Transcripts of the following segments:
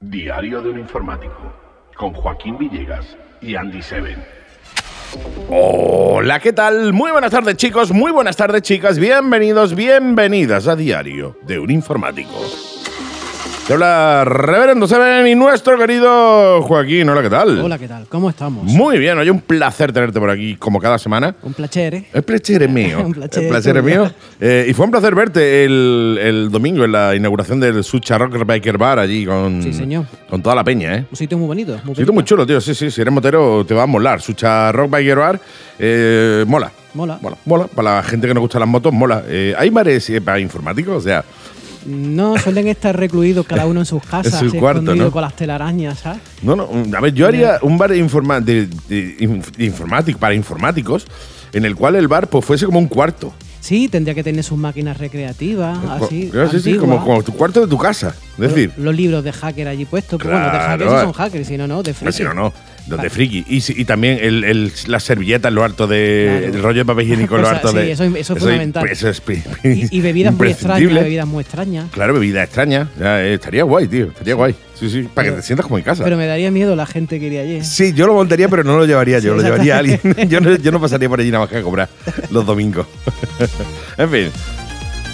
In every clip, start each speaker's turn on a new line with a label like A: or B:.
A: Diario de un Informático, con Joaquín Villegas y Andy Seven.
B: Hola, ¿qué tal? Muy buenas tardes chicos, muy buenas tardes chicas, bienvenidos, bienvenidas a Diario de un Informático. Te habla Reverendo Seven y nuestro querido Joaquín, hola, ¿qué tal?
C: Hola, ¿qué tal? ¿Cómo estamos?
B: Muy bien, oye, un placer tenerte por aquí como cada semana.
C: Un placer, ¿eh?
B: El placer es mío.
C: Un placer
B: El placer es
C: tuyo.
B: mío. Eh, y fue un placer verte el, el domingo en la inauguración del Sucha Rocker Biker Bar allí con,
C: Sí, señor.
B: con toda la peña, ¿eh?
C: Un sitio muy bonito. Muy
B: Sitio
C: bonito.
B: muy chulo, tío. Sí, sí, si eres motero te va a molar. Sucha Rock Biker Bar eh, mola.
C: Mola.
B: Mola, mola. Para la gente que nos gusta las motos, mola. Eh, ¿Hay bares eh, para informáticos? O sea,
C: No, suelen estar recluidos cada uno en sus casas,
B: su
C: así,
B: cuarto,
C: escondido
B: ¿no?
C: con las telarañas, ¿sabes?
B: no, no. A ver, yo haría un bar informa- de, de inf- de informático, para informáticos en el cual el bar pues, fuese como un cuarto.
C: Sí, tendría que tener sus máquinas recreativas, así.
B: Claro, Eh, sí, sí,
C: antiguas.
B: como, como tu cuarto de tu casa. Es decir,
C: Los libros de hacker allí puestos. pero Bueno,
B: Claro,
C: de hackers sí son
B: eh.
C: hackers, si no, no, de
B: Pero
C: friki.
B: si no, no. Los de
C: Vale.
B: friki. Y, si- y también el, el- las servilletas, lo harto de.
C: Claro.
B: El rollo de papel higiénico, lo
C: Cosa-
B: harto
C: sí,
B: de.
C: eso es- eso es fundamental.
B: pues, eso es pri-
C: Y, y bebidas muy extrañas,
B: imprescindible.
C: bebidas muy extrañas.
B: Claro, bebida extraña. Ya, eh, estaría guay, tío. Estaría guay. Sí, sí. Para que te sientas como en casa.
C: Pero me daría miedo la gente que iría allí. ¿eh?
B: Sí, yo lo montaría, pero no lo llevaría yo,
C: Sí,
B: lo llevaría a alguien. Yo no, yo no pasaría por allí nada más que a cobrar los domingos. en fin.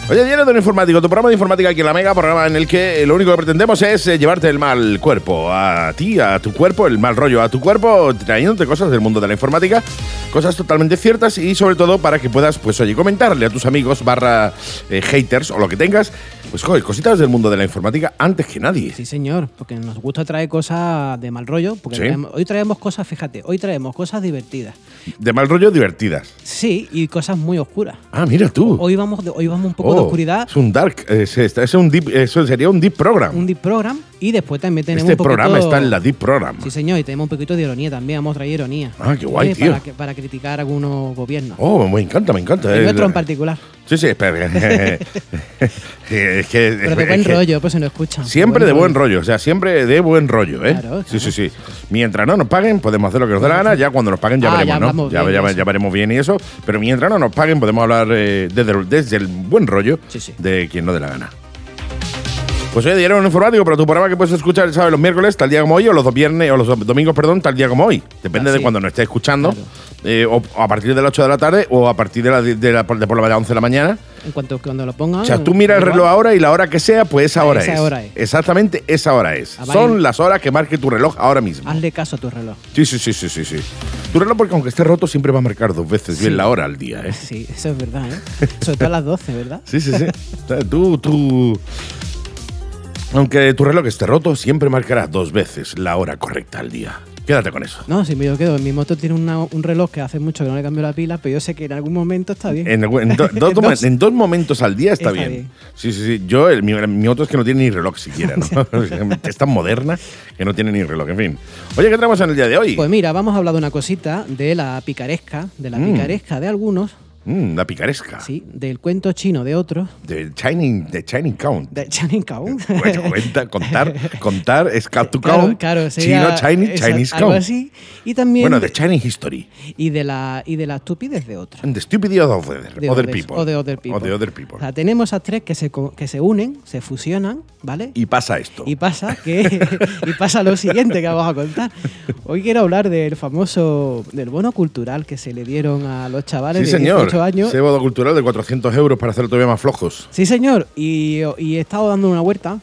B: Oye, Diario de un Informático, tu programa de informática aquí en la Mega, programa en el que eh, lo único que pretendemos es eh, llevarte el mal cuerpo a ti, a tu cuerpo, el mal rollo a tu cuerpo, trayéndote cosas del mundo de la informática, cosas totalmente ciertas y sobre todo para que puedas, pues oye, comentarle a tus amigos barra eh, haters o lo que tengas, pues joder, cositas del mundo de la informática antes que nadie.
C: Sí, señor, porque nos gusta traer cosas de mal rollo. Porque
B: Sí.
C: traemos- hoy traemos cosas, fíjate, hoy traemos cosas divertidas.
B: De mal rollo divertidas.
C: Sí, y cosas muy oscuras.
B: Ah, mira tú.
C: Hoy vamos, de- hoy vamos un poco de
B: Oh,
C: oscuridad,
B: Es un dark, eh, se está- es un deep- eso sería un deep program.
C: un deep program, y después también tenemos
B: este
C: un poquito-
B: programa está en la deep program.
C: Sí, señor, y tenemos un poquito de ironía también, vamos a traer ironía. Eh,
B: Ah, qué guay, tío.
C: Para, que- para criticar a algunos gobiernos.
B: Oh, me encanta, me encanta.
C: El
B: eh,
C: nuestro en
B: la-
C: particular.
B: Sí, sí, espera. es que, es
C: Pero de
B: que-
C: buen
B: es que
C: rollo, pues se nos escucha.
B: Siempre de buen rollo, o sea, siempre de buen rollo, ¿eh?
C: Claro,
B: Sí, sí, sí. Mientras no nos paguen, podemos hacer lo que nos dé la gana. Ya cuando nos paguen, ya
C: Ah, ya
B: veremos, ¿no?
C: hablamos
B: Ya,
C: bien
B: ya-
C: de eso.
B: ya veremos bien y eso. Pero mientras no nos paguen, podemos hablar eh, desde, el, desde el buen rollo
C: Sí, sí.
B: de quien no dé la gana. Pues hoy dieron un informático, pero tu programa que puedes escuchar, ¿sabes? Los miércoles, tal día como hoy, o los dos viernes, o los dos domingos, perdón, tal día como hoy. Depende
C: Ah,
B: de
C: sí.
B: cuando nos esté escuchando.
C: Claro.
B: eh, o, o a partir de las 8 de la tarde, o a partir de, la, de, la- de por la mañana, 11 de la mañana.
C: En cuanto cuando lo pongan.
B: O sea, tú miras el
C: Ah, igual.
B: reloj ahora y la hora que sea, pues esa hora
C: Esa
B: es.
C: hora es.
B: Exactamente esa hora es.
C: Ah,
B: Son
C: vale.
B: las horas que marque tu reloj ahora mismo.
C: Hazle caso a tu reloj.
B: Sí, sí, sí, sí, sí, sí. Tu reloj, porque aunque esté roto, siempre va a marcar dos veces bien
C: Sí.
B: la hora al día, ¿eh?
C: Sí, eso es verdad, ¿eh? Sobre todo a las 12, ¿verdad?
B: Sí, sí, sí. O sea, tú, tú. Aunque tu reloj esté roto, siempre marcarás dos veces la hora correcta al día. Quédate con eso.
C: No, si me yo quedo. Mi moto tiene una- un reloj que hace mucho que no le cambio la pila, pero yo sé que en algún momento está bien.
B: En, en do- dos,
C: En dos.
B: en dos momentos al día está,
C: Está
B: bien.
C: bien.
B: Sí, sí, sí. Yo, el, mi, mi otro es que no tiene ni reloj siquiera, ¿no? es tan moderna que no tiene ni reloj, en fin. Oye, ¿qué tenemos en el día de hoy?
C: Pues mira, vamos a hablar de una cosita, de la picaresca, de la picaresca de algunos,
B: Mm, la picaresca.
C: sí, del cuento chino de otros,
B: De Shining, de Shining Count.
C: de Channing Kaun.
B: Bueno, cuenta, contar, contar es count to
C: Claro,
B: count.
C: claro,
B: chino,
C: sería
B: Chinese,
C: esa-
B: Chinese
C: algo
B: count.
C: así. Y también
B: Bueno, de Chinese history.
C: y de la y de la estupidez de otros.
B: And the stupid of other,
C: De
B: other
C: others,
B: people.
C: o de other people.
B: O de other people.
C: O sea, tenemos esas tres que se, co- que se unen, se fusionan, ¿vale?
B: Y pasa esto.
C: Y pasa que y pasa lo siguiente que vamos a contar. Hoy quiero hablar del famoso del bono cultural que se le dieron a los
B: sí,
C: chavales de
B: señor.
C: 18 años.
B: Ese bodo cultural de 400 euros para hacerlo todavía más flojos.
C: Sí, señor, y, y he estado dando una vuelta,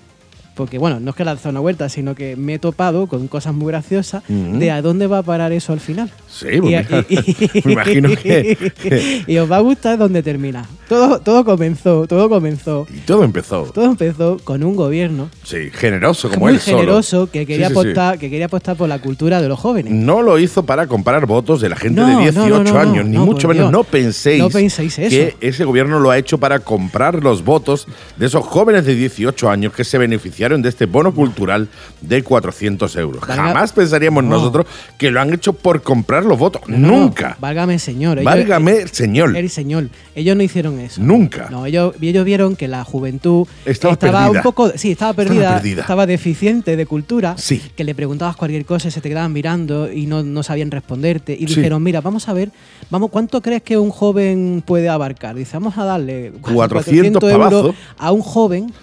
C: porque bueno, no es que la he dado una vuelta, sino que me he topado con cosas muy graciosas
B: Ujú.
C: de a dónde va a parar eso al final.
B: Sí, porque
C: y-
B: me imagino que.
C: y os va a gustar dónde termina. Todo, todo comenzó, todo comenzó.
B: y todo empezó.
C: Todo empezó con un gobierno
B: Sí, generoso Pues como
C: muy
B: él solo.
C: generoso que quería
B: Sí, sí, sí.
C: apostar, que quería apostar por la cultura de los jóvenes.
B: No lo hizo para comprar votos de la gente
C: No,
B: de
C: no,
B: 18
C: no, no,
B: años,
C: no,
B: ni
C: no,
B: mucho
C: por
B: menos.
C: Dios.
B: No penséis,
C: No penséis eso.
B: que ese gobierno lo ha hecho para comprar los votos de esos jóvenes de 18 años que se beneficiaron de este bono cultural de 400 euros.
C: Valga-
B: Jamás pensaríamos
C: No.
B: nosotros que lo han hecho por comprar los votos. Nunca.
C: No, válgame, señor. ellos-
B: Válgame, señor.
C: El señor. Ellos no hicieron eso.
B: Nunca.
C: No, ellos, ellos vieron que la juventud
B: Estaba perdida.
C: un poco. Sí, estaba
B: Estaba
C: perdida, estaba
B: perdida.
C: deficiente de cultura.
B: Sí.
C: Que le preguntabas cualquier cosa y se te quedaban mirando y no, no sabían responderte. Y
B: Sí.
C: dijeron, mira, vamos a ver, vamos, ¿cuánto crees que un joven puede abarcar? Dice, vamos a darle
B: 400
C: euros
B: pavazos.
C: a un joven.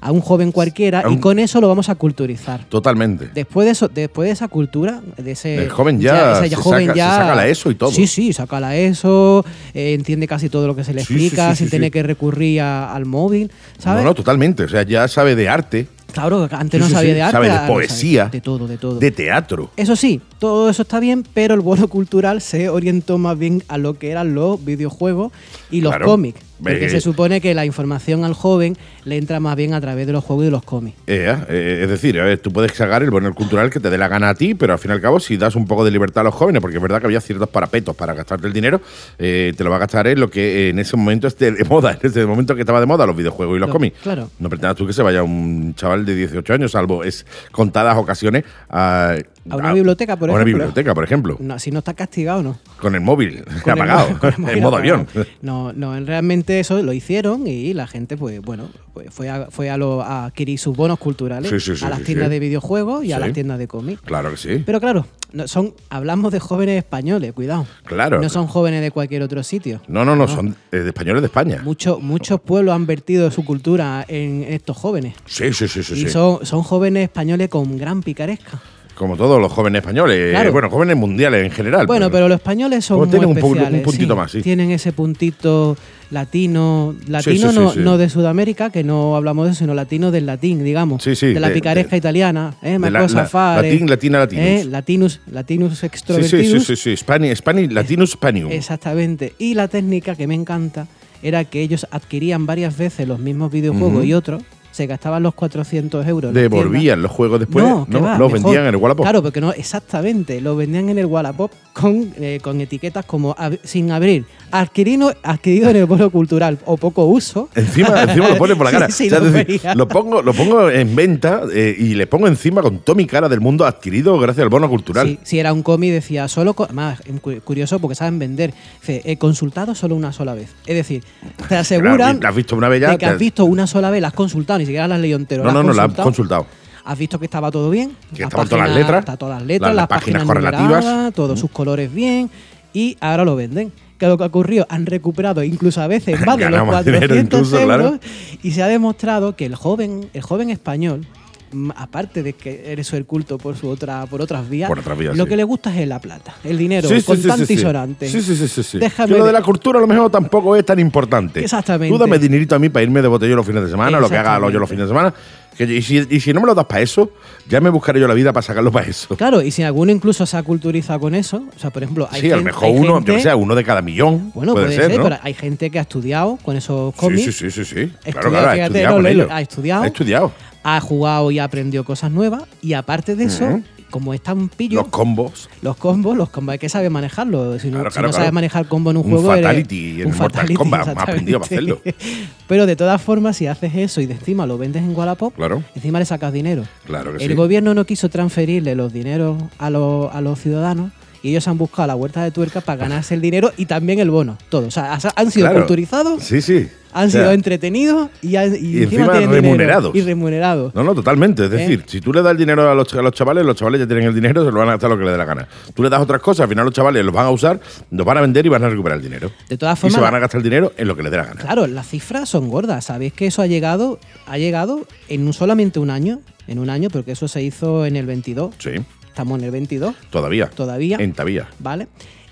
C: a un joven cualquiera
B: A
C: y
B: un-
C: con eso lo vamos a culturizar.
B: Totalmente.
C: Después de eso, después de esa cultura, de ese
B: El joven ya
C: ese
B: se saca- se saca la ESO y todo.
C: Sí, sí, saca la ESO, eh, entiende casi todo lo que se le
B: Sí, sí,
C: explica,
B: sí, sí,
C: sin
B: sí.
C: tener que recurrir a- al móvil,
B: No,
C: ¿sabes?
B: no, totalmente. O sea, ya sabe de arte,
C: claro, antes
B: Sí,
C: no
B: sí,
C: sabía
B: sí,
C: de arte,
B: sabe de
C: ahora sabe
B: poesía,
C: de todo, de todo.
B: de teatro.
C: Eso sí, todo eso está bien, pero el bono cultural se orientó más bien a lo que eran los videojuegos y los
B: Claro.
C: cómics. Porque
B: Eh.
C: se supone que la información al joven le entra más bien a través de los juegos y de los cómics.
B: Eh, ah, eh, es decir, a ver, tú puedes sacar el bono cultural que te dé la gana a ti, pero al fin y al cabo, si das un poco de libertad a los jóvenes, porque es verdad que había ciertos parapetos para gastarte el dinero, eh, te lo va a gastar en lo que eh, en ese momento esté de moda, en ese momento que estaba de moda los videojuegos y los
C: Lo-
B: cómics.
C: claro.
B: No pretendas tú que se vaya un chaval de 18 años, salvo es contadas ocasiones a,
C: A una biblioteca, por
B: a una
C: ejemplo.
B: biblioteca, por ejemplo,
C: No, si no está castigado, no.
B: con el móvil
C: Con el
B: apagado,
C: mo- con el móvil
B: en modo
C: apagado.
B: avión.
C: No, no, realmente eso lo hicieron y la gente, pues bueno, pues, fue, a, fue a, lo- a adquirir sus bonos culturales
B: Sí, sí, sí,
C: a las
B: sí,
C: tiendas
B: sí.
C: de videojuegos y a
B: Sí.
C: las tiendas de cómics.
B: Claro que sí.
C: Pero claro, no son, hablamos de jóvenes españoles, cuidado.
B: Claro.
C: No son jóvenes de cualquier otro sitio.
B: No, no, no, son eh, de españoles de España.
C: Mucho- muchos pueblos han vertido su cultura en estos jóvenes.
B: Sí, sí, sí, sí.
C: y
B: sí.
C: son, son jóvenes españoles con gran picaresca.
B: Como todos los jóvenes españoles,
C: Claro.
B: bueno, jóvenes mundiales en general.
C: Bueno, pero los españoles son
B: Como
C: muy
B: tienen un pu- un
C: especiales.
B: puntito más, sí.
C: Tienen ese puntito latino, latino
B: sí,
C: no,
B: sí.
C: no de Sudamérica, que no hablamos de eso, sino latino del latín, digamos.
B: Sí, sí,
C: de la
B: de-
C: picaresca
B: de-
C: italiana, ¿eh?
B: la-
C: Marcos
B: la-
C: Alfare,
B: latín, latina, latinus.
C: ¿eh? Latinus, latinus
B: Sí, sí,
C: extrovertidus.
B: sí, sí, sí. Spani, Spani, Latinus Spanium.
C: Exactamente. Y la técnica que me encanta era que ellos adquirían varias veces los mismos videojuegos y otros, se gastaban los 400 euros. en la tienda.
B: Devolvían los juegos después, ¿no?
C: que va,
B: los
C: mejor.
B: vendían en el Wallapop.
C: Claro, porque no, exactamente, los vendían en el Wallapop con, eh, con etiquetas como ab- sin abrir, adquirido, adquirido en el bono cultural o poco uso.
B: Encima, encima lo ponen por la
C: Sí,
B: cara.
C: sí,
B: O sea,
C: lo
B: es decir,
C: veía.
B: lo pongo, lo pongo en venta eh, y le pongo encima con todo mi cara del mundo adquirido gracias al bono cultural.
C: Sí, si era un cómic decía solo, co- más en cu- curioso porque saben vender, dice, he consultado solo una sola vez. Es decir, te aseguran
B: Claro, la has visto una vez ya,
C: de que
B: te-
C: has visto una sola vez, la has consultado, ni siquiera la has leído entero.
B: no, no, no, la han consultado.
C: Has visto que estaba todo bien.
B: Que
C: Las
B: estaban todas las
C: páginas-
B: letras,
C: está todas las letras,
B: las-
C: las,
B: las páginas
C: páginas,
B: correlativas. Mm.
C: numeradas, todos sus colores bien. Y ahora lo venden. Que lo que ha ocurrido, han recuperado incluso a veces más de los
B: Ganado más
C: 400
B: dinero incluso,
C: euros.
B: claro.
C: Y se ha demostrado que el joven, el joven español, m- aparte de que eres el culto por su otra, por otras vías,
B: Por otras vías,
C: lo
B: sí.
C: que le gusta es la plata, el dinero,
B: Sí, sí, sí,
C: constante
B: sí, sí.
C: y sonante.
B: Sí, sí, sí, sí, sí.
C: Déjame
B: Que lo de
C: de-
B: la cultura a lo mejor tampoco es tan importante.
C: Exactamente.
B: Tú dame dinerito a mí para irme de botellón los fines de semana, lo que haga lo yo los
C: Exactamente.
B: fines de semana. Que yo- y, si, y si no me lo das para eso, ya me buscaré yo la vida para sacarlo para eso.
C: Claro, y si alguno incluso se ha culturizado con eso, o sea, por ejemplo, hay
B: sí, a lo
C: gen-
B: mejor
C: hay
B: uno,
C: gente-
B: yo que sea, uno de cada millón.
C: Bueno,
B: puede, ser, ¿no?
C: pero hay gente que ha estudiado con esos cómics,
B: sí, sí, sí, sí, sí. Claro,
C: Estudiado,
B: claro, ha
C: fíjate,
B: estudiado
C: no,
B: con
C: Lelo,
B: ello.
C: ha estudiado.
B: Ha estudiado.
C: ha jugado y ha aprendido cosas nuevas y aparte de eso,
B: Ujú.
C: como es tan pillo,
B: Los
C: los,
B: combos.
C: combos, los combos hay que saber manejarlos. Si no,
B: Claro,
C: si
B: claro, claro.
C: no sabes manejar combo en un,
B: Un
C: juego, eres-
B: fatality en Mortal Kombat, me ha aprendido a
C: exactamente. Pero de todas formas, si haces eso y de encima lo vendes en Wallapop,
B: Claro.
C: encima le sacas dinero.
B: Claro que
C: El
B: sí.
C: gobierno no quiso transferirle los dineros a, los- a los ciudadanos y ellos han buscado la huerta de tuerca para ganarse el dinero y también el bono. Todo. O sea, han sido
B: Claro.
C: culturizados
B: Sí, sí.
C: han
B: O sea,
C: sido entretenidos y, han- y
B: encima
C: tienen dinero.
B: remunerados.
C: y remunerados.
B: No, no, totalmente. Es
C: ¿Eh?
B: decir, si tú le das el dinero a los, a los chavales, los chavales ya tienen el dinero, se lo van a gastar lo que le dé la gana. Tú le das otras cosas, al final los chavales los van a usar, los van a vender y van a recuperar el dinero.
C: De todas
B: Y se
C: formas,
B: van a gastar el dinero en lo que le dé la gana.
C: claro, las cifras son gordas. Sabéis que eso ha llegado, ha llegado en un- solamente un año, en un año, porque eso se hizo en el 22.
B: Sí,
C: Estamos en el 22
B: todavía.
C: todavía,
B: En Tavía.
C: ¿vale?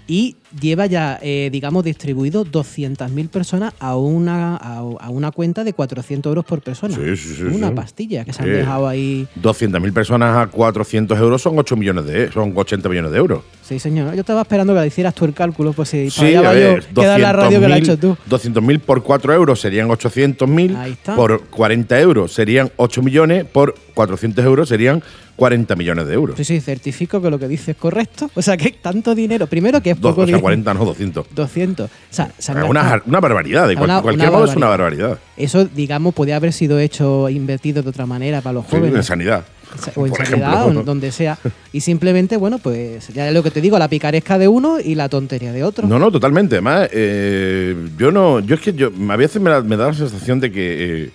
C: Y lleva ya, eh, digamos, distribuido 200.000 personas a una, a, a una cuenta de 400 euros por persona.
B: Sí, sí, sí,
C: una
B: sí.
C: pastilla que se
B: Sí.
C: han dejado ahí.
B: 200.000 personas a 400 euros son 8 millones de son 80 millones de euros.
C: Sí, señor. Yo estaba esperando que le hicieras tú el cálculo, pues si
B: Sí,
C: fallaba
B: a ver,
C: yo, queda en la radio que lo ha hecho tú.
B: 200.000 por 4 euros serían 800.000.
C: Ahí está.
B: Por 40 euros serían 8 millones. Por 400 euros serían 40 millones de euros.
C: Sí, sí, certifico que lo que dice es correcto. O sea, que tanto dinero. Primero que es
B: Dos-
C: poco
B: o sea,
C: dinero.
B: 40, no 200.
C: 200. O sea, se han
B: una,
C: gastado-
B: jar- una barbaridad. De cual-
C: Una-
B: cualquier
C: una
B: modo es una barbaridad.
C: Eso, digamos, podía haber sido hecho, invertido de otra manera para los
B: Sí, en
C: jóvenes.
B: sanidad.
C: o en
B: por
C: sanidad,
B: ejemplo.
C: o en donde sea. Y simplemente, bueno, pues ya es lo que te digo, la picaresca de uno y la tontería de otro.
B: No, no, totalmente. Además, eh, yo no. Yo es que yo, a veces me, da- me da la sensación de que eh,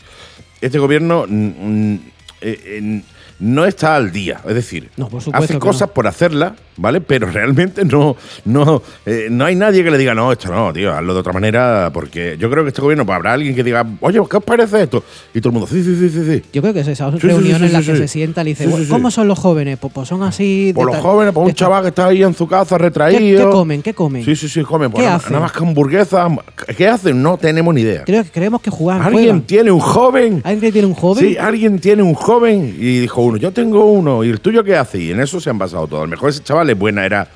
B: este gobierno mm, mm, eh, en- no está al día. Es decir,
C: No, por supuesto
B: hace
C: que
B: cosas
C: no.
B: por hacerlas, ¿vale? Pero realmente no, no, eh, no hay nadie que le diga, no, esto no, tío, hazlo de otra manera, porque yo creo que este gobierno pues, habrá alguien que diga, oye, ¿qué os parece esto? Y todo el mundo, sí, sí, sí, sí, sí.
C: Yo creo que es esas
B: Sí, sí,
C: reuniones
B: sí,
C: en las
B: sí,
C: que
B: sí.
C: se sientan y dicen,
B: Sí, sí,
C: "Bueno,
B: sí.
C: ¿cómo son los jóvenes? Pues, pues son así. de
B: Por los
C: tal-
B: jóvenes, por
C: de
B: un
C: esta-
B: chaval que está ahí en su casa
C: ¿Qué,
B: retraído.
C: qué comen? ¿Qué comen?
B: Sí, sí, sí, comen. Pues
C: ¿Qué
B: nada,
C: hacen?
B: nada más que hamburguesas. ¿Qué hacen? No tenemos ni idea.
C: Creo que creemos que juegan.
B: ¿Alguien
C: juegan.
B: tiene un joven?
C: ¿Alguien que tiene un joven?
B: Sí, alguien tiene un joven y dijo uno, yo tengo uno, ¿y el tuyo qué hace? Y en eso se han basado todos. A lo mejor ese chaval es buena, era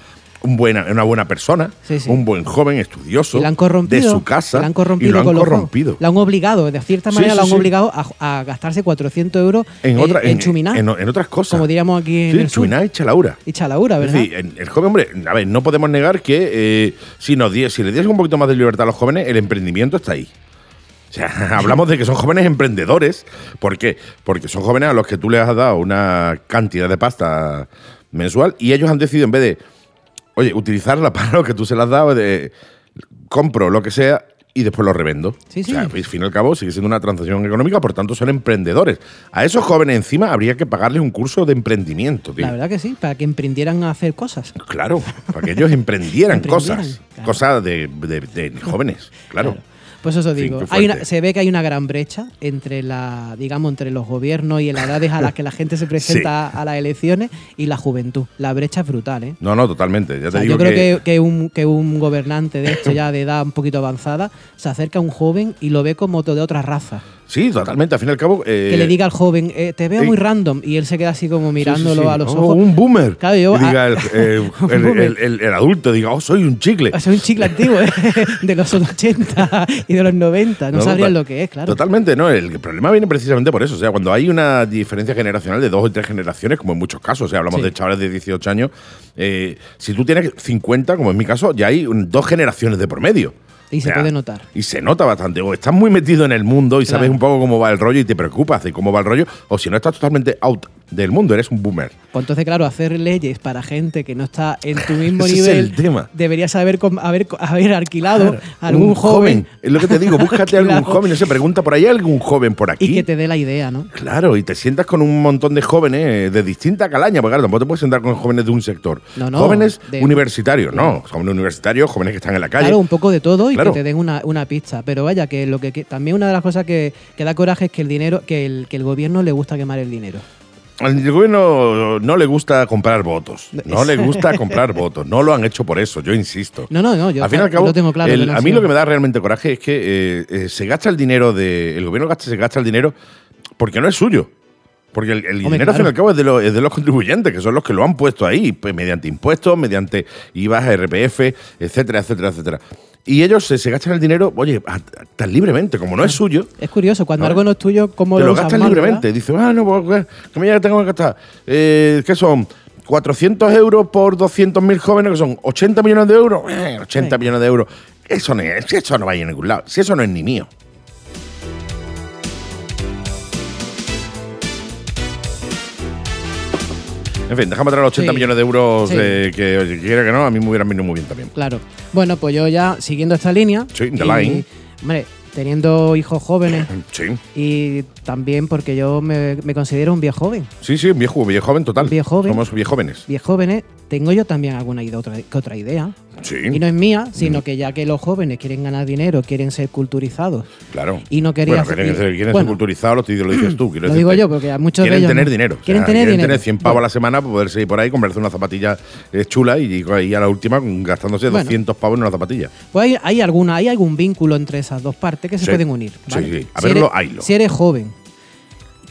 B: un buena, una buena persona,
C: Sí, sí.
B: un buen joven estudioso
C: Y la han corrompido.
B: de su casa
C: La han corrompido.
B: y lo han
C: con los juegos.
B: corrompido.
C: La han obligado. De cierta
B: Sí,
C: manera,
B: sí,
C: la han
B: sí.
C: obligado a, a gastarse 400 euros
B: en,
C: en,
B: otra-
C: en chuminá,
B: en- en otras cosas.
C: como diríamos aquí en
B: Sí,
C: el sur.
B: chuminá y chalaura.
C: Y chalaura,
B: Es
C: ¿verdad?
B: decir, en- el joven, hombre, a ver, no podemos negar que eh, si, nos die- si le diesen un poquito más de libertad a los jóvenes, el emprendimiento está ahí. O sea, hablamos de que son jóvenes emprendedores. ¿Por qué? Porque son jóvenes a los que tú les has dado una cantidad de pasta mensual y ellos han decidido, en vez de, oye, utilizarla para lo que tú se las has dado, de, compro lo que sea y después lo revendo.
C: Sí, sí.
B: O sea, al fin y al cabo sigue siendo una transacción económica, por tanto son emprendedores. A esos jóvenes encima habría que pagarles un curso de emprendimiento, tío.
C: La verdad que sí, para que emprendieran a hacer cosas.
B: Claro, para que ellos emprendieran,
C: Emprendieran,
B: cosas,
C: claro.
B: cosas de, de- de jóvenes, claro.
C: Pues eso
B: Sí,
C: digo,
B: qué
C: hay una-
B: fuerte.
C: se ve que hay una gran brecha entre la, digamos, entre los gobiernos y las edades a las que la gente se presenta a las elecciones y la juventud. La brecha es brutal, ¿eh?
B: No, no, totalmente. Ya
C: O sea,
B: te digo
C: yo creo que, que un, que un gobernante de esto ya de edad un poquito avanzada se acerca a un joven y lo ve como to- de otra raza.
B: sí, totalmente. Al fin y al cabo, eh,
C: Que le diga al joven, "Eh, te veo
B: eh,
C: muy random, y él se queda así como
B: sí, sí,
C: mirándolo
B: sí.
C: a los
B: Oh,
C: ojos.
B: Un boomer.
C: Claro, yo-
B: Y diga
C: ah,
B: el, eh,
C: un
B: el-
C: boomer.
B: el- el- el adulto, diga, oh, soy un chicle.
C: O sea, un chicle antiguo, ¿eh? de los 80 y de los 90. No,
B: No, total-
C: sabrían lo que es, claro.
B: Totalmente, no. El problema viene precisamente por eso. O sea, cuando hay una diferencia generacional de dos o tres generaciones, como en muchos casos, o sea, hablamos
C: Sí.
B: de chavales de 18 años, eh, si tú tienes 50, como en mi caso, ya hay un- dos generaciones de por medio.
C: Y se puede notar.
B: Y se nota bastante. O estás muy metido en el mundo y sabes
C: Claro.
B: un poco cómo va el rollo y te preocupas de cómo va el rollo, o si no estás totalmente out del mundo, eres un boomer.
C: Pues entonces, claro, hacer leyes para gente que no está en tu mismo
B: Ese es
C: nivel.
B: el tema.
C: Deberías haber, com- haber, co- haber alquilado a algún
B: Un
C: joven,
B: Es lo que te digo, búscate algún
C: Claro.
B: joven. No se pregunta por ahí algún joven por aquí.
C: y que te dé la idea, ¿no?
B: Claro, y te sientas con un montón de jóvenes de distinta calaña, porque claro, tampoco te puedes sentar con jóvenes de un sector.
C: No, no,
B: jóvenes
C: de-
B: universitarios, no, jóvenes universitarios, jóvenes que están en la calle.
C: Claro, un poco de todo y
B: Claro.
C: que te den una, una pista. Pero vaya, que lo que, que- también una de las cosas que, que da coraje es que el dinero, que el, que el gobierno le gusta quemar el dinero.
B: Al gobierno no le gusta comprar votos, no le gusta comprar votos, no lo han hecho por eso, yo insisto.
C: No, no, no, yo
B: al fin y al
C: claro,
B: cabo,
C: lo tengo claro.
B: el-
C: que no ha
B: a mí
C: sido-
B: lo que me da realmente coraje es que eh, eh, se gasta el dinero de. El gobierno gasta, se gasta el dinero porque no es suyo. Porque el, el
C: Hombre,
B: dinero, al fin y
C: claro.
B: al cabo, es de, los, es de los contribuyentes, que son los que lo han puesto ahí, pues, mediante impuestos, mediante IVA, RPF, etcétera, etcétera, etcétera. Y ellos se, se gastan el dinero, oye, a- a- tan libremente, como no es suyo,
C: Es curioso, cuando
B: ¿no?
C: algo no es tuyo, ¿cómo
B: te lo
C: usas
B: gastan
C: mal,
B: libremente.
C: verdad?
B: Dices, ah, no, pues, que me tengo que gastar. Eh, ¿Qué son? 400 euros por 200.000 jóvenes, que son 80 millones de euros. Eh, 80
C: Venga.
B: millones de euros. Eso no, es, eso no va a ir a ningún lado. Si eso no es ni mío. En fin, déjame traer los 80
C: Sí.
B: millones de euros
C: Sí.
B: eh, que, oye, quiera que no, a mí me hubieran venido muy bien también.
C: Claro. Bueno, pues yo ya siguiendo esta línea.
B: Sí, the
C: y,
B: line.
C: Hombre, teniendo hijos jóvenes
B: Sí,
C: y también porque yo me, me considero un viejo joven.
B: sí, sí, viejo, viejo joven total.
C: Viejo joven.
B: Somos viejo jóvenes.
C: Viejo jóvenes, tengo yo también alguna idea, otra, que otra idea.
B: Sí, Mm.
C: Y no es mía, sino que ya que los jóvenes quieren ganar dinero, quieren ser culturizados
B: Claro.
C: y no quería
B: Bueno,
C: hacer-
B: quieren, ser- quieren
C: Bueno,
B: ser culturizados, lo, te- lo dices tú. quiero
C: Lo digo
B: decirte.
C: yo, porque a muchos de
B: Quieren
C: ellos
B: tener
C: no.
B: dinero. o sea,
C: Quieren tener dinero.
B: tener 100 pavos
C: Bueno.
B: a la semana para poderse ir por ahí y comprarse una zapatilla eh, chula y, y a la última gastándose
C: Bueno.
B: 200 pavos en una zapatilla.
C: Pues hay, hay alguna, hay algún vínculo entre esas dos partes que se
B: Sí.
C: pueden unir.
B: Sí,
C: ¿vale?
B: sí. A verlo,
C: eres-
B: haylo.
C: Si eres joven,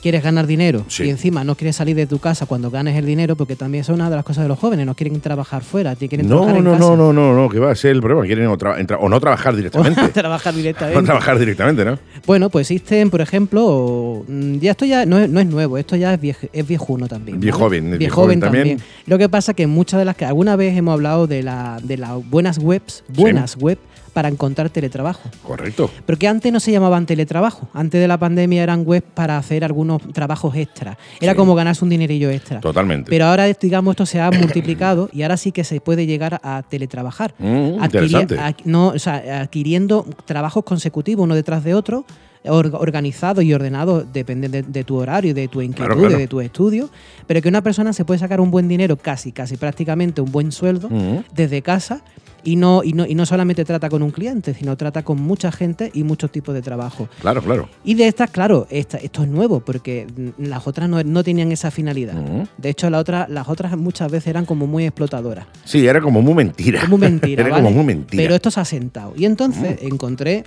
C: quieres ganar dinero
B: Sí.
C: y encima no quieres salir de tu casa cuando ganes el dinero, porque también eso es una de las cosas de los jóvenes, no quieren trabajar fuera, te quieren
B: No,
C: trabajar
B: no,
C: en
B: no,
C: casa.
B: no, no, no, que va a ser el problema. Quieren o, tra- entra- o no trabajar directamente.
C: trabajar
B: no
C: directamente.
B: trabajar directamente, ¿no?
C: bueno, pues existen, por ejemplo, o- mm, ya esto ya no es, no es nuevo, esto ya es, vieje- es viejuno también.
B: Viejoven, es
C: viejoven
B: viejoven también.
C: también. Lo que pasa que muchas de las que alguna vez hemos hablado de, la, de las buenas webs, buenas web para encontrar teletrabajo.
B: Correcto.
C: Porque antes no se llamaban teletrabajo. Antes de la pandemia eran web para hacer algunos trabajos extra. Era
B: Sí.
C: como ganarse un dinerillo extra.
B: Totalmente.
C: Pero ahora, digamos, esto se ha multiplicado y ahora sí que se puede llegar a teletrabajar.
B: Mm,
C: Adquirir-
B: interesante.
C: ad- no, o sea, adquiriendo trabajos consecutivos uno detrás de otro or- organizado y ordenado, depende de, de tu horario, de tu inquietud,
B: claro.
C: de tu estudio, pero que una persona se puede sacar un buen dinero, casi, casi prácticamente un buen sueldo,
B: Ujú.
C: desde casa. Y no, y, no, y no solamente trata con un cliente, sino trata con mucha gente y muchos tipos de trabajo.
B: Claro, claro.
C: Y de estas, claro, esta- esto es nuevo, porque mm, las otras no, no tenían esa finalidad.
B: Ujú.
C: De hecho, la otra, las otras muchas veces eran como muy explotadoras.
B: Sí, era como muy mentira.
C: Es muy mentira.
B: era
C: ¿vale?
B: como muy mentira.
C: Pero esto se ha sentado. Y entonces encontré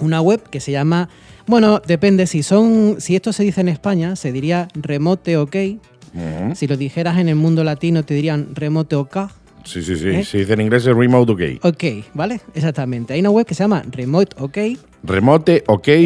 C: una web que se llama. Bueno, depende, si son. Si esto se dice en España, se diría remote ok.
B: Ujú.
C: Si lo dijeras en el mundo latino, te dirían remote ok.
B: Sí, sí, sí.
C: ¿Eh?
B: Se dice en inglés es remote ok.
C: Ok, ¿vale? Exactamente. Hay una web que se llama remoteok.com.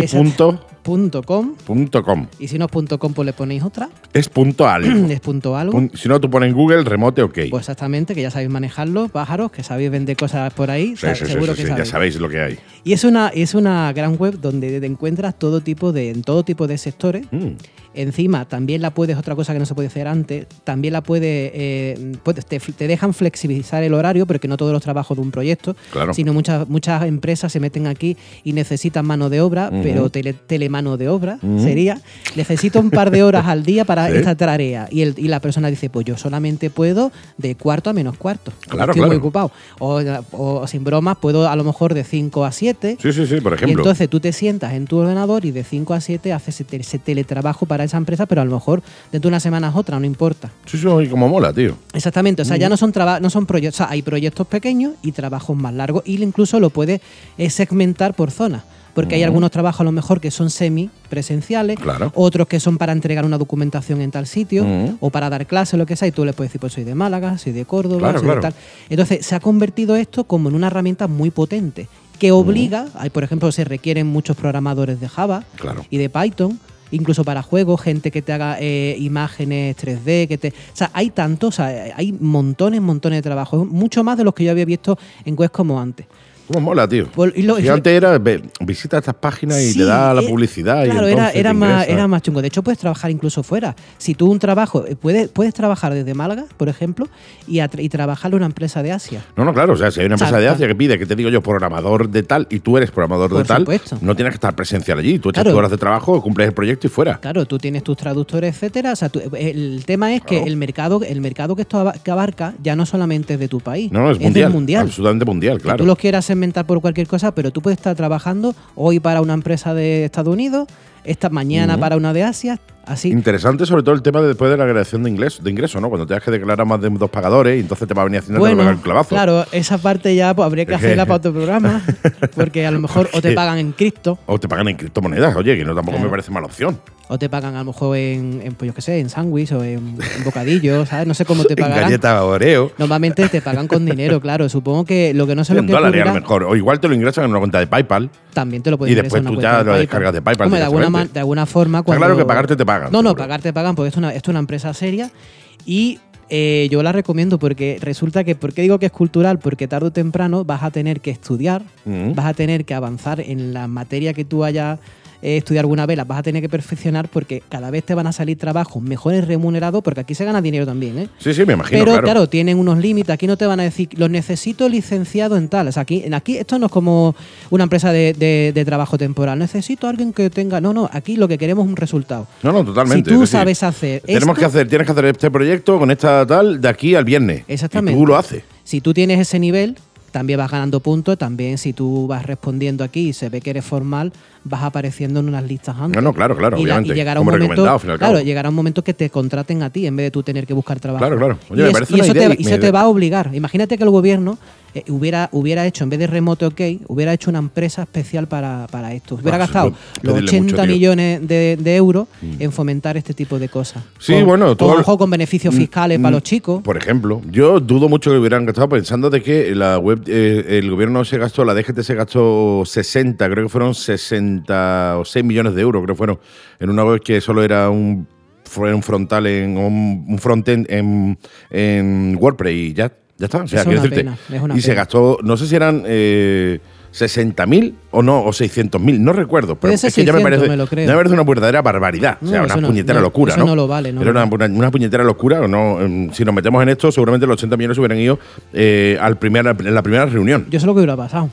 C: Exacto.
B: Remoteok.com.
C: Y si no es punto .com, pues le ponéis otra.
B: Es punto algo.
C: es punto algo.
B: Pun- si no, tú pones en Google remote ok.
C: Pues exactamente, que ya sabéis manejarlo, pájaros, que sabéis vender cosas por ahí,
B: Sí,
C: sa-
B: sí, sí,
C: seguro
B: sí,
C: que
B: sí, ya
C: sabéis.
B: sabéis lo que hay.
C: Y es una, es una gran web donde te encuentras todo tipo de, en todo tipo de sectores.
B: Mm.
C: Encima, también la puedes, otra cosa que no se puede hacer antes, también la puede, eh, puedes- te, te dejan flexibilizar el horario, porque no todos los trabajos de un proyecto,
B: Claro.
C: sino muchas, muchas empresas se meten aquí y necesitan mano de obra,
B: Ujú.
C: pero tele, telemano de obra
B: Ujú.
C: sería, necesito un par de horas al día para
B: Sí.
C: esta tarea. Y, el, y la persona dice, pues yo solamente puedo de cuarto a menos cuarto, porque
B: Claro,
C: estoy
B: claro.
C: muy ocupado. O, o sin bromas, puedo a lo mejor de 5 a 7.
B: Sí, sí, sí, por
C: Y
B: ejemplo.
C: entonces tú te sientas en tu ordenador y de 5 a 7 haces ese, tel- ese teletrabajo para esa empresa, pero a lo mejor dentro de una semana es otra, no importa.
B: Sí, sí, oye, como mola, tío.
C: Exactamente, o sea,
B: Mm.
C: ya no son traba- no son proyectos, o sea, hay proyectos pequeños y trabajos más largos y incluso lo puedes eh, segmentar por zonas. Porque hay
B: Ujú.
C: algunos trabajos a lo mejor que son semi presenciales,
B: Mm. Claro. Mm.
C: otros que son para entregar una documentación en tal sitio
B: Ujú.
C: o para dar clase, lo que sea, y tú le puedes decir, pues soy de Málaga, soy de Córdoba,
B: Claro,
C: soy
B: claro.
C: de tal. Entonces se ha convertido esto como en una herramienta muy potente que obliga,
B: Mm.
C: hay, por ejemplo, se requieren muchos programadores de Java,
B: Claro.
C: y de Python, incluso para juegos, gente que te haga eh, imágenes 3D, que te. O sea, hay tantos, o sea, hay montones, montones de trabajo, mucho más de los que yo había visto en webs como antes.
B: Como mola, tío.
C: Pues, y lo-
B: Si antes era ve- visita estas páginas y
C: Sí,
B: te da la
C: eh,
B: publicidad. y
C: Claro, era,
B: entonces te
C: era, más,
B: ingresa.
C: era más chungo. De hecho, puedes trabajar incluso fuera. Si tú un trabajo, eh, puedes, puedes trabajar desde Málaga, por ejemplo, y, a tra- y trabajar en una empresa de Asia.
B: No, no, claro. O sea, si hay una empresa
C: Exacto.
B: de Asia que pide que te digo yo programador de tal y tú eres programador
C: Por
B: de tal,
C: supuesto.
B: no tienes que estar presencial allí. Tú echas
C: Claro.
B: tus horas de trabajo, cumples el proyecto y fuera.
C: Claro, tú tienes tus traductores, etcétera. O sea, tú- el tema es
B: Claro.
C: que el mercado, el mercado que esto aba- que abarca ya no solamente es de tu país,
B: No, no, es
C: del
B: mundial.
C: mundial.
B: Absolutamente mundial,
C: Que
B: claro.
C: tú los quieras segmentar por cualquier cosa, pero tú puedes estar trabajando hoy para una empresa de Estados Unidos, esta mañana para una de Asia, así.
B: Interesante sobre todo el tema de después de la creación de ingreso, de ingreso, ¿no? Cuando tengas que declarar más de dos pagadores y entonces te va a venir haciendo
C: Bueno,
B: el clavazo.
C: claro, esa parte ya pues, habría que
B: Es que-
C: hacerla para otro programa, porque a lo mejor o te
B: Porque-
C: pagan en cripto,
B: O te pagan en criptomonedas, oye, que no tampoco
C: Claro.
B: me parece mala opción.
C: o te pagan a lo mejor en, en, pues yo qué sé, en sándwich o en, en bocadillos, ¿sabes? No sé cómo te
B: En
C: pagarán.
B: galletas Oreo.
C: Normalmente te pagan con dinero, claro. Supongo que lo que no sé lo
B: En
C: que
B: dólares a
C: ocurrirá-
B: lo mejor. O igual te lo ingresan en una cuenta de PayPal.
C: también te lo pueden
B: Y después
C: ingresar a
B: tú
C: una
B: ya
C: cuenta
B: lo descargas de PayPal
C: Hombre, de, alguna
B: directamente.
C: man- de alguna forma.
B: Está
C: Cuando...
B: claro que pagarte te pagan,
C: No, no,
B: seguro.
C: pagarte te pagan porque esto es una, esto es una empresa seria y eh, yo la recomiendo porque resulta que, ¿por qué digo que es cultural? Porque tarde o temprano vas a tener que estudiar,
B: Mm.
C: vas a tener que avanzar en la materia que tú hayas eh, estudiado alguna vez, las vas a tener que perfeccionar porque cada vez te van a salir trabajos mejores remunerados porque aquí se gana dinero también, ¿eh?
B: Sí, sí, me imagino,
C: Pero claro.
B: claro.
C: tienen unos límites. Aquí no te van a decir, los necesito licenciado en tal. O sea, aquí, en- aquí esto no es como una empresa de, de- de trabajo temporal. Necesito a alguien que tenga. No, no, aquí lo que queremos es un resultado.
B: No, no, totalmente.
C: Si tú
B: Es decir,
C: sabes hacer
B: Tenemos
C: esto-
B: que hacer, tienes que hacer este proyecto con esta tal de aquí al viernes.
C: Exactamente.
B: Y tú lo haces.
C: Si tú tienes ese nivel, también vas ganando puntos. También si tú vas respondiendo aquí y se ve que eres formal, vas apareciendo en unas listas antes.
B: No, no, claro, claro,
C: Y la-
B: obviamente.
C: y llegará un
B: Como recomendado,
C: momento,
B: al fin y al cabo.
C: claro, llegará un momento que te contraten a ti en vez de tú tener que buscar trabajo.
B: Claro, claro. Oye,
C: y
B: me
C: es-
B: parece
C: y
B: una
C: eso,
B: idea
C: te,
B: y
C: y
B: me-
C: eso te va a obligar. Imagínate que el gobierno eh, hubiera, hubiera hecho, en vez de remote OK, hubiera hecho una empresa especial para, para esto. Hubiera
B: Ah, sí,
C: gastado
B: pues,
C: los
B: pedirle mucho,
C: 80
B: tío.
C: millones de, de euros en fomentar este tipo de cosas.
B: Sí,
C: Con-
B: bueno, tú
C: con,
B: hablas-
C: ojo, con beneficios fiscales
B: Mm,
C: para
B: mm,
C: los chicos.
B: Por ejemplo, yo dudo mucho que hubieran gastado pensando de que la web, eh, el gobierno se gastó, la DGT se gastó 60, creo que fueron 60 o 6 millones de euros, creo que fueron, en una web que solo era un, fue un frontal, en un, un frontend en, en WordPress y ya, ya está. O sea,
C: Es
B: quiero
C: una
B: decirte,
C: pena, es una
B: y se
C: pena.
B: gastó, no sé si eran... Eh, 60.000 o no, o 600.000, no recuerdo, pero
C: Puede
B: es
C: ser
B: que ya me
C: 600,
B: parece,
C: me lo creo.
B: ya me parece una verdadera barbaridad, o sea,
C: No,
B: una
C: eso no-
B: puñetera
C: no,
B: locura,
C: eso
B: ¿no?
C: no lo vale, no
B: Era
C: lo
B: una
C: vale.
B: Ah, pues, una, una puñetera locura. ¿o no? Em, Si nos metemos en esto, seguramente los 80 millones hubieran ido eh, al primer, en la primera reunión.
C: Yo sé lo que hubiera pasado.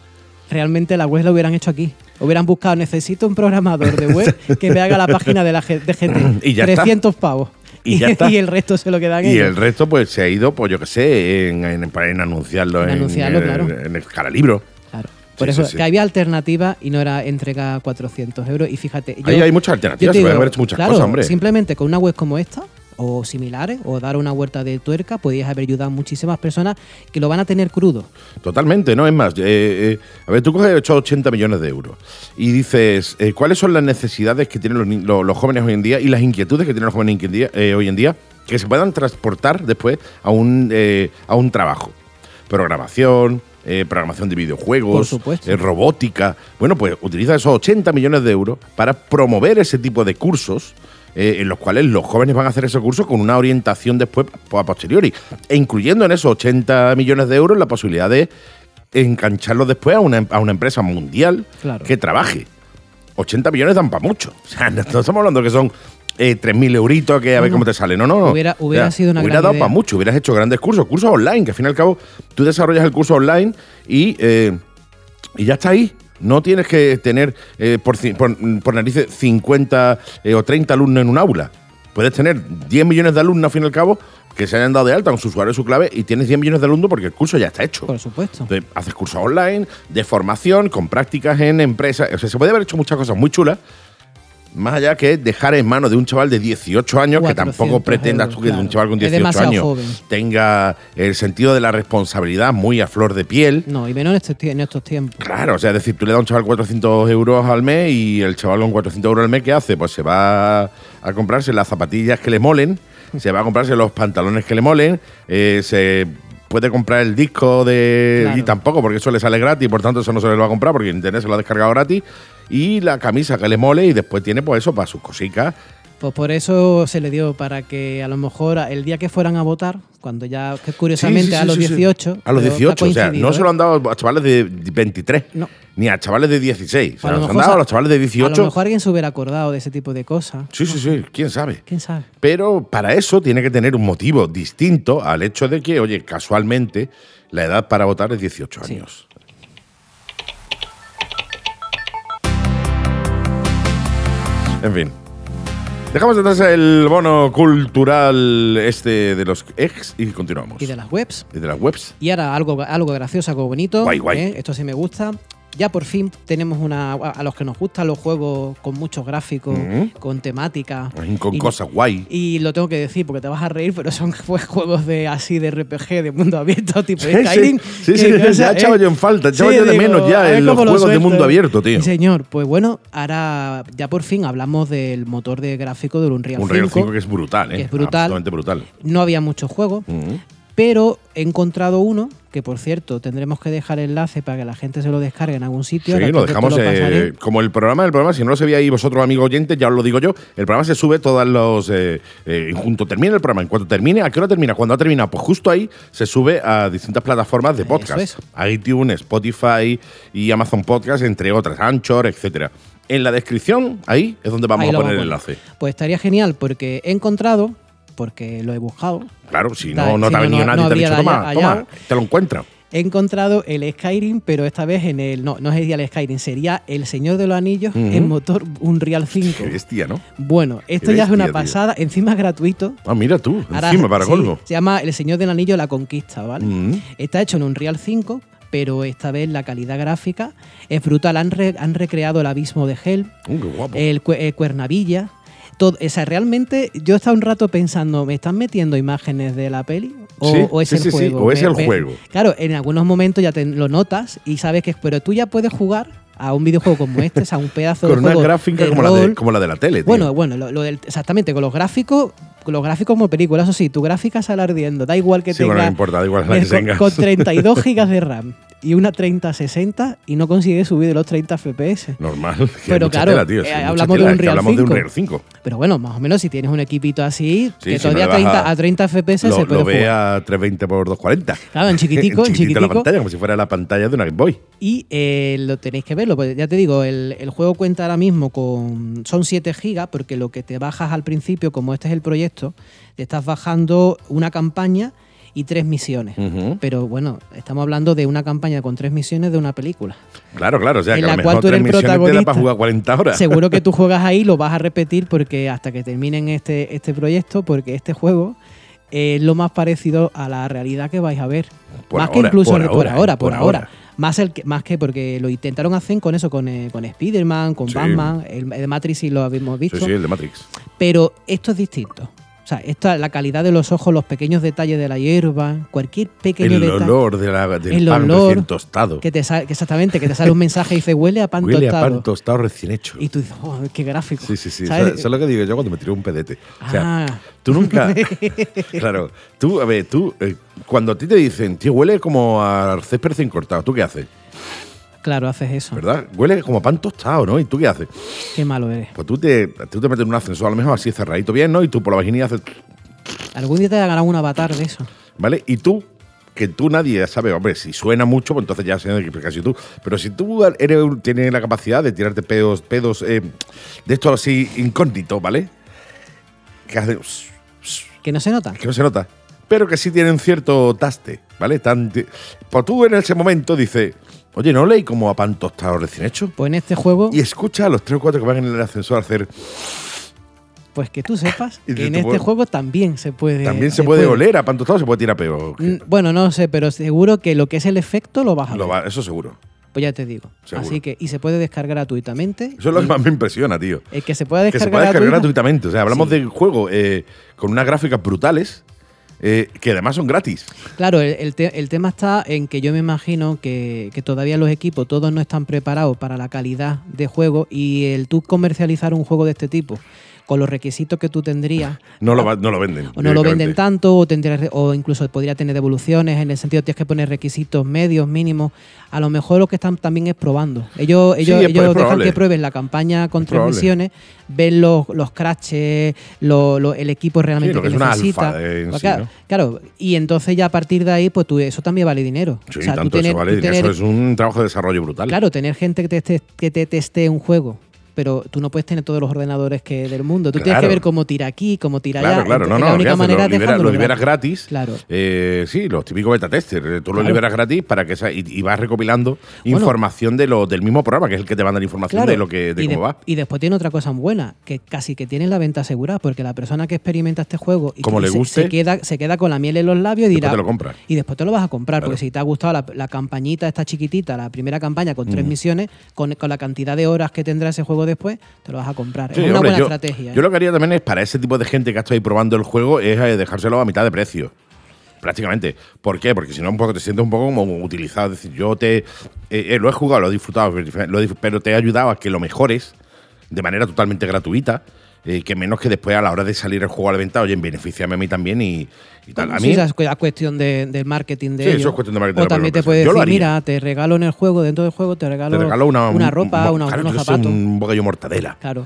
C: Realmente la web la hubieran hecho aquí. Hubieran buscado, necesito un programador de web que me haga la página de la G- de GT.
B: Y ya está.
C: 300 pavos.
B: Y ya está.
C: y el resto se lo quedan
B: Y
C: ellos.
B: el resto, pues se ha ido, pues yo qué sé, en, en- en anunciarlo en,
C: En anunciarlo,
B: en-
C: claro.
B: en el caralibro.
C: Claro.
B: Sí,
C: Por
B: sí,
C: eso,
B: sí.
C: que había alternativas y no era entrega 400 euros. Y fíjate.
B: Ahí hay muchas alternativas,
C: te
B: se puede haber hecho muchas
C: claro,
B: cosas, hombre.
C: Simplemente con una web como esta o similares o dar una vuelta de tuerca podías haber ayudado a muchísimas personas que lo van a tener crudo.
B: Totalmente, ¿no? Es más, eh, eh, a ver, tú coges 880 millones de euros y dices, eh, ¿cuáles son las necesidades que tienen los, ni- lo- los jóvenes hoy en día y las inquietudes que tienen los jóvenes en día- eh, hoy en día que se puedan transportar después a un, eh, a un trabajo? Programación, eh, programación de videojuegos,
C: Por supuesto.
B: eh, robótica. Bueno, pues utiliza esos 80 millones de euros para promover ese tipo de cursos. eh, en los cuales los jóvenes van a hacer ese curso con una orientación después po- a posteriori, e incluyendo en esos 80 millones de euros la posibilidad de engancharlos después a una, em- a una empresa mundial
C: Claro.
B: que trabaje. 80 millones dan para mucho. O sea, no no estamos hablando que son eh, 3.000 euritos que a ver
C: no.
B: cómo te sale. No, no, no.
C: Hubiera- hubiera sido una
B: Hubiera
C: gran
B: dado
C: idea.
B: para mucho, hubieras hecho grandes cursos, cursos online, que al fin y al cabo tú desarrollas el curso online y... eh, y ya está ahí. No tienes que tener eh, por, ci- por, por narices 50 eh, o 30 alumnos en un aula. Puedes tener 10 millones de alumnos, al fin y al cabo, que se hayan dado de alta con su usuario y su clave, y tienes 10 millones de alumnos porque el curso ya está hecho.
C: Por supuesto.
B: Entonces, haces cursos online, de formación, con prácticas en empresas. O sea, se puede haber hecho muchas cosas muy chulas, más allá que dejar en manos de un chaval de 18 años, que
C: 400
B: tampoco pretendas tú que
C: euros,
B: un chaval con
C: claro. Es
B: 18
C: demasiado
B: años
C: joven.
B: tenga el sentido de la responsabilidad muy a flor de piel.
C: No, y menos en, este tie- en estos tiempos.
B: Claro, o sea, es decir, tú le das a un chaval 400 euros al mes y el chaval con 400 euros al mes, ¿qué hace? Pues se va a comprarse las zapatillas que le molen, se va a comprarse los pantalones que le molen, eh, se puede comprar el disco de...
C: Claro.
B: Y tampoco, porque eso le sale gratis, por tanto eso no se le va a comprar porque en internet se lo ha descargado gratis, y la camisa que le mole y después tiene pues eso para sus cositas.
C: Pues por eso se le dio para que a lo mejor el día que fueran a votar, cuando ya, que curiosamente
B: Sí, sí, sí,
C: a los
B: sí, sí.
C: 18.
B: A los
C: pero ha
B: 18, o sea,
C: coincidido,
B: no se
C: ¿eh?
B: lo han dado a chavales de 23,
C: No.
B: ni a chavales de 16, o sea,
C: ¿eh? A lo
B: se han dado
C: mejor
B: a
C: sa-
B: los chavales de
C: A lo
B: 18.
C: mejor alguien se hubiera acordado de ese tipo de cosas.
B: Sí, sí, sí, quién sabe.
C: ¿Quién sabe?
B: Pero para eso tiene que tener un motivo distinto al hecho de que, oye, casualmente la edad para votar es 18
C: Sí.
B: años. En fin. Dejamos atrás el bono cultural este de los ex y continuamos.
C: Y de las webs.
B: Y de las webs.
C: Y ahora algo, algo gracioso, algo bonito.
B: Guay, guay.
C: ¿eh? Esto sí me gusta. Ya por fin tenemos una. A los que nos gustan los juegos con muchos gráficos,
B: Ujú.
C: con temática.
B: Mm. Con
C: y-
B: cosas guay.
C: Y lo tengo que decir porque te vas a reír, pero son pues, juegos de así de RPG de mundo abierto, tipo
B: Sí, sí.
C: Skyrim.
B: Sí,
C: que
B: sí, ya
C: cosa,
B: echaba
C: ¿eh?
B: yo en falta, echaba yo de
C: digo,
B: menos ya
C: a ver
B: en los
C: cómo lo
B: juegos de
C: sueltan.
B: mundo abierto, tío.
C: Sí, señor, pues bueno, ahora ya por fin hablamos del motor de gráfico del Unreal,
B: Un Real 5 que es brutal, ¿eh?
C: que es brutal.
B: Absolutamente brutal.
C: No había muchos juegos,
B: Ujú.
C: pero he encontrado uno que, por cierto, tendremos que dejar enlace para que la gente se lo descargue en algún sitio.
B: Sí,
C: ahora
B: lo
C: pues, que te
B: dejamos
C: pasaré.
B: eh, como el programa del programa. Si no lo sabíais vosotros, amigos oyentes, ya os lo digo yo. El programa se sube todos los. Eh, eh, junto termine el programa. En cuanto termine, ¿a qué hora termina? Cuando ha terminado, pues justo ahí se sube a distintas plataformas de
C: Eso
B: podcast:
C: es.
B: iTunes, Spotify y Amazon Podcast, entre otras, Anchor, etcétera. En la descripción, ahí es donde vamos
C: Ahí
B: a
C: lo
B: poner el
C: vamos a
B: enlace.
C: Pues estaría genial porque he encontrado, porque lo he buscado,
B: Claro, si
C: Da-
B: no, no
C: si
B: te ha
C: no,
B: venido
C: no-
B: nadie y
C: no
B: te ha dicho,
C: habría
B: toma,
C: allá-
B: toma,
C: allá".
B: te lo encuentras.
C: he encontrado el Skyrim, pero esta vez en el. No, no sería el Skyrim, sería el Señor de los Anillos
B: Ujú.
C: en motor Unreal 5.
B: Qué bestia, ¿no?
C: Bueno, esto
B: Qué
C: ya es
B: bestia,
C: una
B: tío.
C: pasada, encima es gratuito.
B: Ah, mira tú,
C: Ahora-
B: encima, para
C: sí,
B: colmo.
C: Se llama El Señor del Anillo La Conquista, ¿vale?
B: Mm.
C: Está hecho en un Real 5, pero esta vez la calidad gráfica es brutal. Han, re- han recreado el abismo de Helm,
B: Uh, qué guapo.
C: el, cue- eh, Cuernavilla. Todo, o sea, realmente yo he estado un rato pensando, ¿me están metiendo imágenes de la peli? ¿O,
B: Sí,
C: o es
B: sí,
C: el
B: sí, sí,
C: juego?
B: o es
C: Me-
B: el
C: me-
B: juego.
C: Claro, en algunos momentos ya te lo notas y sabes que es, pero tú ya puedes jugar a un videojuego como este, o sea, un pedazo
B: Con
C: de
B: una
C: juego
B: gráfica
C: de
B: como la, de,
C: rol.
B: como la de la tele, tío.
C: Bueno, bueno, lo, lo del- exactamente, con los gráficos, con los gráficos como película, eso sí, tu gráfica sale ardiendo, da igual que
B: Sí,
C: tenga
B: bueno, no importa, da igual la
C: eh,
B: que
C: con,
B: tengas.
C: con 32 gigas de RAM y una 3060 y no consigue subir de los 30 FPS.
B: Normal. que hay
C: Pero
B: mucha
C: claro,
B: tela, tío, sí,
C: eh,
B: hay mucha
C: hablamos de
B: tela,
C: un
B: es que
C: Real
B: hablamos de un
C: 5.
B: Real 5.
C: Pero bueno, más o menos si tienes un equipito así,
B: Sí,
C: que
B: si
C: todavía
B: no le
C: 30
B: baja-
C: a 30 FPS
B: Lo,
C: se puede
B: lo
C: jugar.
B: ve a 320 por 240.
C: Claro, en chiquitico, en
B: chiquitito la
C: chiquitico.
B: pantalla, como si fuera la pantalla de una Game Boy.
C: Y eh, lo tenéis que verlo, pues ya te digo, el, el juego cuenta ahora mismo con. Son 7 gigas, porque lo que te bajas al principio, como este es el proyecto, te estás bajando una campaña y tres misiones.
B: Ujú.
C: Pero bueno, estamos hablando de una campaña con tres misiones de una película.
B: Claro, claro. O sea,
C: En
B: que a lo
C: la
B: mejor
C: cual tú
B: tres
C: eres
B: misiones te da
C: protagonista.
B: para jugar 40 horas.
C: Seguro que tú juegas ahí, lo vas a repetir porque hasta que terminen este, este proyecto, porque este juego es lo más parecido a la realidad que vais a ver.
B: Por
C: más
B: ahora,
C: que incluso
B: por
C: por,
B: ahora,
C: ahora,
B: eh,
C: por
B: por
C: ahora.
B: ahora.
C: Más, el que, más que porque lo intentaron hacer con eso, con, eh, con Spider-Man, con
B: Sí.
C: Batman, el, el de Matrix sí lo habíamos visto.
B: Sí, sí, el de Matrix.
C: Pero esto es distinto. O sea, esta, la calidad de los ojos, los pequeños detalles de la hierba, cualquier pequeño
B: El
C: detalle.
B: olor de la, del
C: El
B: pan
C: olor
B: recién tostado.
C: Que te sale, que exactamente, que te sale un mensaje y dice huele a pan
B: Huele a
C: tostado.
B: pan tostado recién hecho.
C: Y tú dices, oh, qué gráfico.
B: Sí, sí, sí.
C: ¿Sabes?
B: Eso eso es lo que digo yo cuando me tiré un pedete. O sea,
C: Ah.
B: tú nunca. claro, tú, a ver, tú, eh, cuando a ti te dicen, tío, huele como a césped recién cortado, ¿tú qué haces?
C: Claro, haces eso.
B: ¿Verdad? Huele como a pan tostado, ¿no? ¿Y tú qué haces?
C: Qué malo eres.
B: Pues tú te, tú te metes en un ascensor, a lo mejor así cerradito bien, ¿no? Y tú por la vaginilla haces.
C: Algún día te darán un avatar de eso.
B: ¿Vale? Y tú, que tú nadie sabe, hombre, si suena mucho, pues entonces ya se de que casi tú. Pero si tú eres, un- tienes la capacidad de tirarte pedos, pedos eh, de esto así incógnito, ¿vale? Que hace-
C: Que no se nota.
B: que no se nota, pero que sí tienen cierto taste, ¿vale? Tan, pues tú en ese momento dices, oye, ¿no leí como a pan tostado recién hecho?
C: Pues en este juego,
B: Y escucha a los tres o cuatro que van en el ascensor hacer.
C: pues que tú sepas
B: Y
C: que en
B: te
C: este
B: puedo-
C: juego también se puede.
B: También se puede oler a pan tostado, se puede tirar pedo.
C: Mm, Bueno, no sé, pero seguro que lo que es el efecto lo vas a
B: Lo
C: ver.
B: va- eso seguro.
C: Pues ya te digo.
B: Seguro.
C: Así que, y se puede descargar gratuitamente.
B: Eso es lo que más me impresiona, tío.
C: El que se pueda
B: que
C: descargar,
B: se puede descargar
C: gratuita-
B: gratuitamente. O sea, hablamos
C: Sí.
B: de juego eh, con unas gráficas brutales eh, que además son gratis.
C: Claro, el, el te- el tema está en que yo me imagino que, que todavía los equipos, todos no están preparados para la calidad de juego y el tú comercializar un juego de este tipo con los requisitos que tú tendrías
B: No lo, va- no lo venden.
C: Ah. o no lo venden
B: directamente.
C: tanto o tendría re- o incluso podría tener devoluciones en el sentido tienes que poner requisitos medios mínimos a lo mejor lo que están también es probando ellos
B: Sí,
C: ellos,
B: es- es
C: ellos dejan
B: probable.
C: que prueben la campaña con
B: Es
C: tres
B: probable.
C: misiones ven los, los crashes lo- lo- el equipo realmente
B: Sí, lo
C: que,
B: que es una
C: necesita
B: alfa en
C: Pues
B: sí,
C: claro,
B: ¿no?
C: claro, y entonces ya a partir de ahí pues tú eso también vale dinero
B: Sí,
C: O sea, tú
B: tanto
C: tener-
B: eso vale.
C: tú
B: dinero.
C: tener-
B: Eso es un trabajo de desarrollo brutal.
C: Claro, tener gente que te, esté- que te teste un juego, pero tú no puedes tener todos los ordenadores que del mundo. Tú tienes
B: Claro.
C: que ver cómo tira aquí, cómo tira
B: Claro,
C: allá.
B: claro, no,
C: Es
B: no,
C: la
B: ¿qué
C: única
B: haces?
C: manera
B: lo,
C: es
B: libera- lo
C: dejándolo
B: liberas gratis.
C: Claro.
B: Eh, sí, los típicos beta tester. eh, Tú lo
C: Claro.
B: liberas gratis para que esa- y, y vas recopilando información de lo, del mismo programa, que es el que te manda la información
C: Claro.
B: de lo que de
C: y,
B: cómo
C: de-
B: va.
C: y después tiene otra cosa buena, que casi que tiene la venta asegurada, porque la persona que experimenta este juego y
B: Como
C: que
B: le
C: se-
B: guste,
C: se, queda, se queda con la miel en los labios y
B: después
C: dirá.
B: te lo compras.
C: Y después te lo vas a comprar,
B: Claro.
C: porque si te ha gustado la, la campañita esta chiquitita, la primera campaña con
B: Mm.
C: tres misiones, con, con la cantidad de horas que tendrá ese juego después, te lo vas a comprar.
B: Sí,
C: es una
B: hombre,
C: buena
B: yo,
C: estrategia. ¿eh?
B: Yo lo que haría también es para ese tipo de gente que está ahí probando el juego es eh, dejárselo a mitad de precio. Prácticamente. ¿Por qué? Porque si no, un poco te sientes un poco como utilizado. Es decir, yo te. eh, eh, lo he jugado, lo he disfrutado, lo he disfr- pero te he ayudado a que lo mejores de manera totalmente gratuita. eh, que menos que después a la hora de salir el juego a la venta, oye, benefíciame a mí también y, y tal. A
C: Sí,
B: mí,
C: esa es cu- la cuestión de- del marketing de
B: Sí, eso
C: ellos.
B: es cuestión de marketing de
C: O
B: la
C: también
B: propia
C: te puedes
B: empresa. Yo lo
C: decir,
B: haría.
C: mira, te regalo en el juego, dentro del juego te regalo,
B: te regalo una, un-
C: ropa,
B: un-
C: una-
B: claro,
C: unos
B: yo qué sé,
C: zapatos.
B: Un bocadillo mortadela.
C: Claro.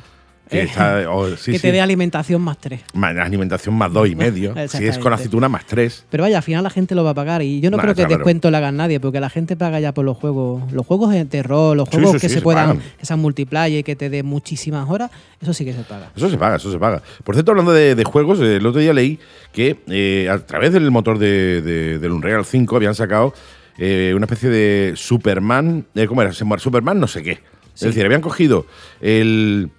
B: Que,
C: Eh,
B: está- o- sí,
C: que
B: sí.
C: te dé alimentación más tres.
B: Ma- alimentación más dos y medio. si es con
C: Exactamente.
B: aceituna más tres.
C: Pero vaya, al final la gente lo va a pagar. Y yo no
B: Nah,
C: creo que
B: claro.
C: descuento le hagan nadie, porque la gente paga ya por los juegos. Los juegos de terror, los juegos
B: sí, sí,
C: que se
B: se
C: puedan,
B: pagan.
C: que sean multiplayer, que te dé muchísimas horas, eso sí que se paga.
B: Eso se paga, eso se paga. Por cierto, hablando de, de juegos, eh, el otro día leí que eh, a través del motor de, de- del Unreal 5 habían sacado eh, una especie de Superman. eh, ¿Cómo era? Se llama Superman no sé qué. Es decir, habían cogido el,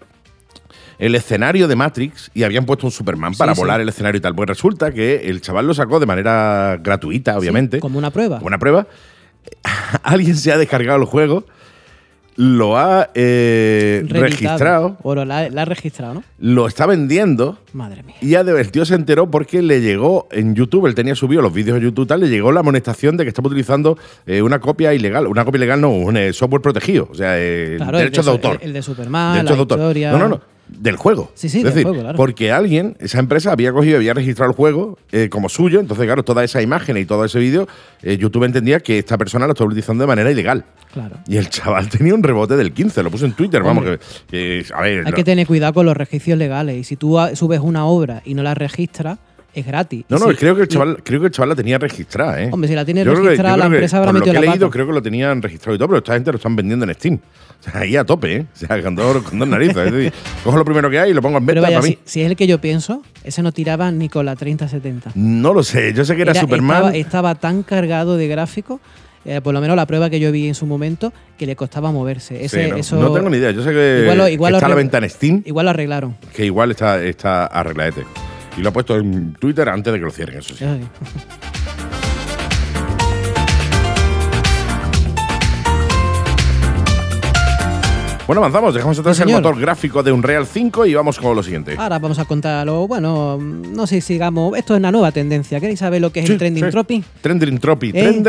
B: el escenario de Matrix y habían puesto un Superman
C: Sí,
B: para
C: sí.
B: volar el escenario y tal. Pues resulta que el chaval lo sacó de manera gratuita, obviamente.
C: Sí, como una prueba.
B: Como una prueba. Alguien se ha descargado el juego, lo ha eh,
C: Reeditado.
B: registrado
C: O lo- la, la has registrado, ¿no?
B: lo está vendiendo
C: Madre mía.
B: y ya de- el tío se enteró porque le llegó en YouTube, él tenía subido los vídeos en YouTube tal, le llegó la amonestación de que estamos utilizando eh, una copia ilegal, una copia ilegal no, un eh, software protegido, o sea, eh,
C: Claro, el
B: derechos
C: de
B: de,
C: su-
B: autor.
C: el- el de Superman,
B: Derechos
C: la
B: de autor.
C: historia.
B: No, no, no. Del juego.
C: Sí, sí,
B: es
C: del
B: decir,
C: juego, claro.
B: Porque alguien, esa empresa había cogido, había registrado el juego eh, como suyo, entonces, claro, todas esas imágenes y todo ese vídeo, eh, YouTube entendía que esta persona lo estaba utilizando de manera ilegal.
C: Claro.
B: Y el chaval tenía un rebote del 15, lo puso en Twitter,
C: Hombre.
B: vamos, que, que, a ver,
C: Hay
B: Eh, no-
C: que tener cuidado con los registros legales. Y si tú ah, subes una obra y no la registras, es gratis.
B: No, no,
C: Sí,
B: creo que el
C: y-
B: chaval, creo que el chaval la tenía registrada, ¿eh?
C: Hombre, si la tiene
B: Yo creo que- yo
C: registrada, la
B: creo que,
C: empresa habrá
B: por
C: metido
B: lo que
C: la
B: he leído,
C: pata.
B: creo que lo tenían registrado y todo, pero esta gente lo están vendiendo en Steam. O sea, ahí a tope, ¿eh? O sea, con dos, con dos narices. Es decir, cojo lo primero que hay y lo pongo en venta
C: Pero vaya,
B: para mí.
C: si, si es el que yo pienso, ese no tiraba ni con la 3070.
B: No lo sé, yo sé que era,
C: Era-
B: Superman.
C: Estaba, estaba tan cargado de gráficos, eh, por lo menos la prueba que yo vi en su momento, que le costaba moverse. Ese-
B: Sí, no,
C: este, eso-
B: no tengo ni idea, yo sé que,
C: Igual lo-
B: que
C: igual lo
B: está a la
C: arregla-
B: venta en Steam,
C: Igual lo arreglaron.
B: que igual está, está arregladete. Y lo ha puesto en Twitter antes de que lo cierren, eso sí.
C: Eso sí.
B: Bueno, avanzamos, dejamos atrás
C: Sí,
B: el
C: señor. Ah.
B: motor gráfico de Unreal 5 y vamos con lo siguiente.
C: Ahora vamos a contar lo bueno. No sé si sigamos. Esto es una nueva tendencia. ¿Queréis saber lo que es
B: Sí,
C: el trending
B: sí.
C: tropi?
B: Trending Tropi.
C: ¿Eh?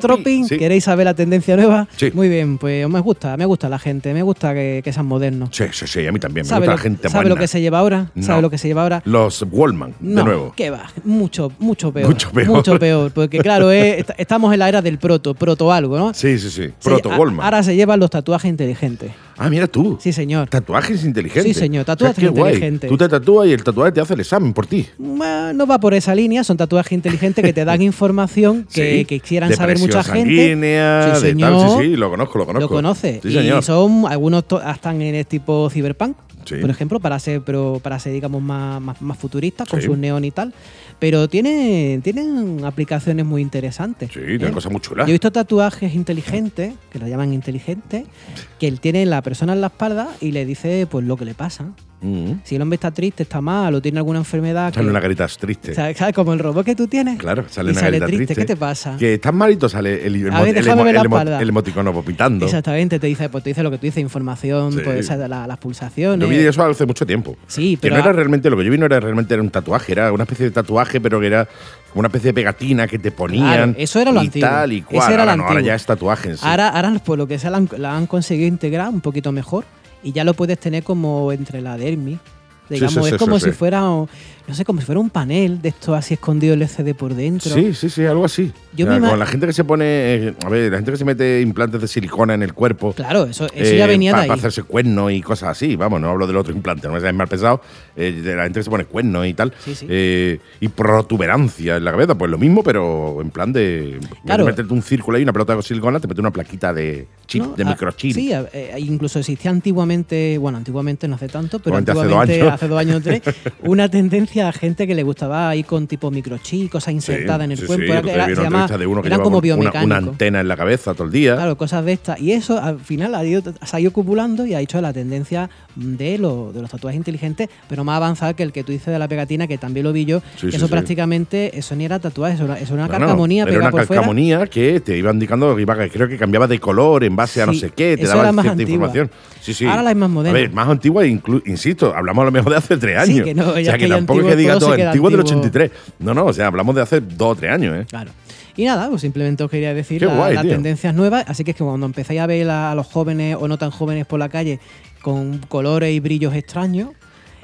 C: tropping.
B: Sí.
C: ¿Queréis saber la tendencia nueva?
B: Sí.
C: Muy bien, pues me gusta, me gusta la gente, me gusta que, que sean modernos.
B: Sí, sí, sí, a mí también. Me
C: ¿Sabe,
B: gusta
C: lo,
B: la gente
C: sabe
B: moderna.
C: lo que se lleva ahora?
B: No.
C: ¿Sabe lo que se lleva ahora?
B: Los Wallman, de
C: No,
B: nuevo.
C: ¿Qué va? Mucho, mucho peor.
B: Mucho peor.
C: Mucho peor. Porque claro, es- est- estamos en la era del proto, proto algo, ¿no?
B: Sí, sí, sí.
C: Se-
B: Proto
C: a-
B: Wallman.
C: Ahora se llevan los tatuajes inteligentes.
B: Ah, mira tú.
C: Sí, señor.
B: Tatuajes inteligentes.
C: Sí, señor,
B: tatuajes
C: tatuajes
B: qué guay.
C: inteligentes.
B: Tú te tatúas y el tatuaje te hace el examen por ti.
C: Bueno, no va por esa línea, son tatuajes inteligentes que te dan información que,
B: Sí.
C: que quisieran
B: De
C: saber mucha
B: presión
C: gente.
B: sanguínea,
C: Sí,
B: de tal.
C: señor.
B: Sí, sí, lo conozco, lo conozco.
C: Lo conoce.
B: Sí, señor.
C: Y son algunos to- están en el tipo cyberpunk,
B: Sí.
C: por ejemplo, para ser pero para ser digamos más, más, más futuristas con
B: Sí.
C: sus neón y tal. Pero tienen, tienen aplicaciones muy interesantes.
B: Sí, tiene
C: ¿eh?
B: cosas muy chulas.
C: Yo he visto tatuajes inteligentes, que lo llaman inteligentes, que él tiene la persona en la espalda y le dice pues lo que le pasa.
B: Mm.
C: Si el hombre está triste, está mal o tiene alguna enfermedad.
B: Sale
C: que-
B: una carita triste.
C: O sea, claro, Como el robot que tú tienes.
B: Claro, sale
C: y
B: una
C: sale
B: carita
C: triste.
B: triste.
C: ¿Qué te pasa?
B: Que estás malito, sale el,
C: A
B: emo-
C: ver,
B: el,
C: déjame
B: emo-
C: ver la
B: el emo-
C: espalda.
B: el emoticono vomitando.
C: Exactamente, te dice, pues te dice lo que tú dices, información,
B: Sí.
C: pues, esa- la- las
B: Yo
C: pulsaciones.
B: vi eso hace mucho tiempo.
C: Sí,
B: Que
C: pero
B: no era
C: a-
B: realmente, lo que yo vi no era realmente era un tatuaje, era una especie de tatuaje, pero que era una especie de pegatina que te ponían.
C: Claro, eso era lo
B: y
C: antiguo.
B: tal y
C: Ese
B: cual.
C: era lo
B: ahora, no, ahora
C: antiguo.
B: ya es tatuaje en sí.
C: Ahora, ahora, por lo que sea, la han, la han conseguido integrar un poquito mejor y ya lo puedes tener como entre la dermis.
B: Sí,
C: Digamos,
B: sí,
C: es
B: sí,
C: como
B: sí,
C: si
B: sí.
C: fuera, o- no sé, como si fuera un panel de esto así escondido el SD por dentro.
B: Sí, sí, sí, algo así.
C: Yo
B: O sea,
C: me ima-
B: con la gente que se pone, eh, a ver, la gente que se mete implantes de silicona en el cuerpo.
C: Claro, eso, eso
B: Eh,
C: ya venía de ahí.
B: Para hacerse cuernos y cosas así, vamos, no hablo del otro implante, no me seas mal pesado, eh, de la gente que se pone cuernos y tal.
C: Sí, sí.
B: eh, y protuberancia en la cabeza, pues lo mismo, pero en plan de.
C: Claro.
B: Claro. Meterte un círculo ahí, una pelota de silicona, te mete una plaquita de chip,
C: ¿no?
B: de
C: Ah,
B: microchip.
C: Sí, a- eh, incluso existía antiguamente, bueno, antiguamente no hace tanto, pero
B: Probablemente hace dos
C: antiguamente
B: años.
C: hace dos años o tres, una tendencia a gente que le gustaba ir con tipo microchip, cosas insertadas en el
B: sí,
C: cuerpo.
B: sí,
C: era-
B: otro día
C: era-
B: vi
C: se
B: una
C: llama-
B: entrevista de uno que
C: eran
B: llevaba
C: como
B: una-
C: biomecánicos.
B: Una, antena en la cabeza todo el día.
C: Claro, cosas de estas. Y eso al final ha ido, se ha ido copulando y ha hecho la tendencia de, lo- de los tatuajes inteligentes, pero más avanzada que el que tú dices de la pegatina, que también lo vi yo.
B: Sí,
C: que
B: sí,
C: eso
B: sí.
C: prácticamente, eso ni era tatuaje, eso era, eso era una
B: No, no,
C: carcamonía
B: era
C: pegada
B: una
C: por fuera.
B: calcamonía que te iba indicando que iba, creo que cambiaba de color en base a no
C: Sí,
B: sé qué, te
C: eso
B: daba
C: era más
B: cierta
C: antigua.
B: información. Sí, sí.
C: Ahora la es más moderna.
B: A ver, más antigua, inclu- insisto, hablamos a lo mejor de hace tres
C: Sí,
B: años.
C: que no, ya
B: o sea, que
C: aquello
B: tampoco es que
C: antiguo
B: diga
C: todo se
B: todo
C: queda
B: antiguo del
C: antiguo.
B: 83. No, no, o sea, hablamos de hace dos o tres años, ¿eh?
C: Claro. Y nada, pues simplemente os quería decir
B: Qué
C: la-
B: guay,
C: las
B: tío.
C: tendencias nuevas. Así que es que cuando empezáis a ver a, a los jóvenes o no tan jóvenes por la calle con colores y brillos extraños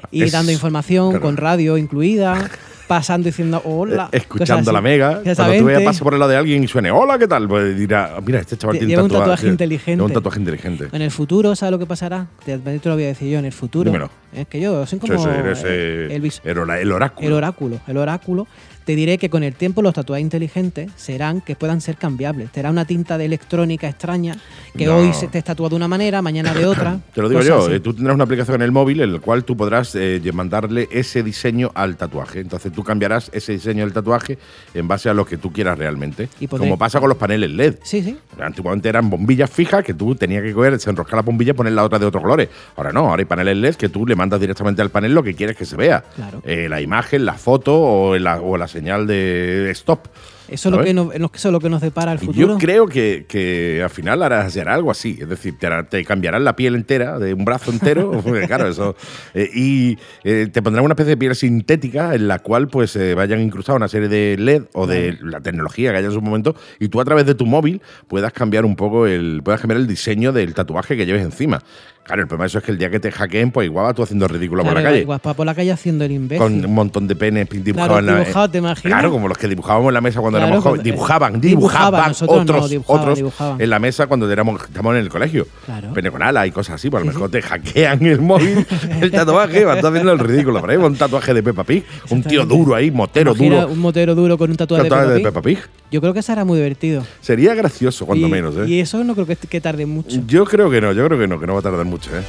C: y
B: Es-
C: dando información
B: claro.
C: con radio incluida, pasando diciendo hola.
B: Eh,
C: cosas
B: Escuchando
C: así.
B: la mega, cuando tú
C: Exactamente.
B: veas paso por el lado de alguien y suene, hola, ¿qué tal? Pues dirá, mira, este chaval
C: Lle-
B: tiene
C: lleva un
B: tatuaje,
C: tatuaje
B: lleva
C: inteligente.
B: un tatuaje inteligente.
C: En el futuro, ¿sabes lo que pasará? Te, te lo voy a decir yo, en el futuro.
B: Dímelo.
C: Es que yo soy como
B: Sí, sí, eres,
C: eh,
B: eh,
C: el vis-
B: el ora- el oráculo.
C: El oráculo, el oráculo. Te diré que con el tiempo los tatuajes inteligentes serán que puedan ser cambiables. Será una tinta de electrónica extraña que
B: No.
C: hoy se te tatúa de una manera, mañana de otra.
B: Te lo digo
C: cosas
B: yo,
C: Pues así.
B: eh, tú tendrás una aplicación en el móvil en la cual tú podrás eh, lle- mandarle ese diseño al tatuaje. Entonces tú cambiarás ese diseño del tatuaje en base a lo que tú quieras realmente.
C: Y podré-
B: Como pasa con los paneles LED.
C: Sí, sí.
B: Antiguamente eran bombillas fijas que tú tenías que coger, desenroscar la bombilla y poner la otra de otros colores. Ahora no, ahora hay paneles LED que tú le mandas directamente al panel lo que quieres que se vea.
C: Claro.
B: Eh, la imagen, la foto o la, o la señal de stop.
C: Eso es, lo
B: ¿Sabes?
C: que nos, eso es lo que nos depara el
B: Y
C: futuro.
B: Yo creo que, que al final harás, hará algo así. Es decir, te, hará- te cambiarán la piel entera, de un brazo entero, porque claro, eso. eh, y eh, te pondrán una especie de piel sintética en la cual pues eh, vayan incrustadas una serie de LED o de la tecnología que haya en su momento. Y tú a través de tu móvil puedas cambiar un poco el. puedas cambiar el diseño del tatuaje que lleves encima. Claro, el problema de eso es que el día que te hackeen, pues igual vas tú haciendo el ridículo
C: Claro,
B: por la calle.
C: Guaspa por la calle haciendo el imbécil.
B: Con un montón de penes dibujados
C: Claro,
B: en la
C: dibujado, ¿te imaginas?
B: Claro, como los que dibujábamos en la mesa cuando
C: Claro,
B: éramos jóvenes.
C: cuando- eh,
B: Dibujaban,
C: dibujaba,
B: dibujaban
C: nosotros no,
B: otros,
C: dibujaba,
B: otros
C: dibujaba.
B: en la mesa cuando éramos, estábamos en el colegio.
C: Claro.
B: Pene con alas y cosas así, pues a lo mejor te hackean el móvil, el tatuaje, vas tú haciendo el ridículo. Por ahí, un tatuaje de Peppa Pig, un tío
C: Exactamente.
B: duro ahí, motero
C: Imagina
B: duro.
C: Un motero duro con un tatuaje,
B: Tatuaje
C: de,
B: de Peppa
C: Peppa Pig.
B: Pig.
C: Yo creo que será muy divertido.
B: Sería gracioso, cuando
C: Y-
B: menos, ¿eh?
C: Y eso no creo que, que tarde mucho.
B: Yo creo que no, yo creo que no, que no va a tardar mucho, ¿eh?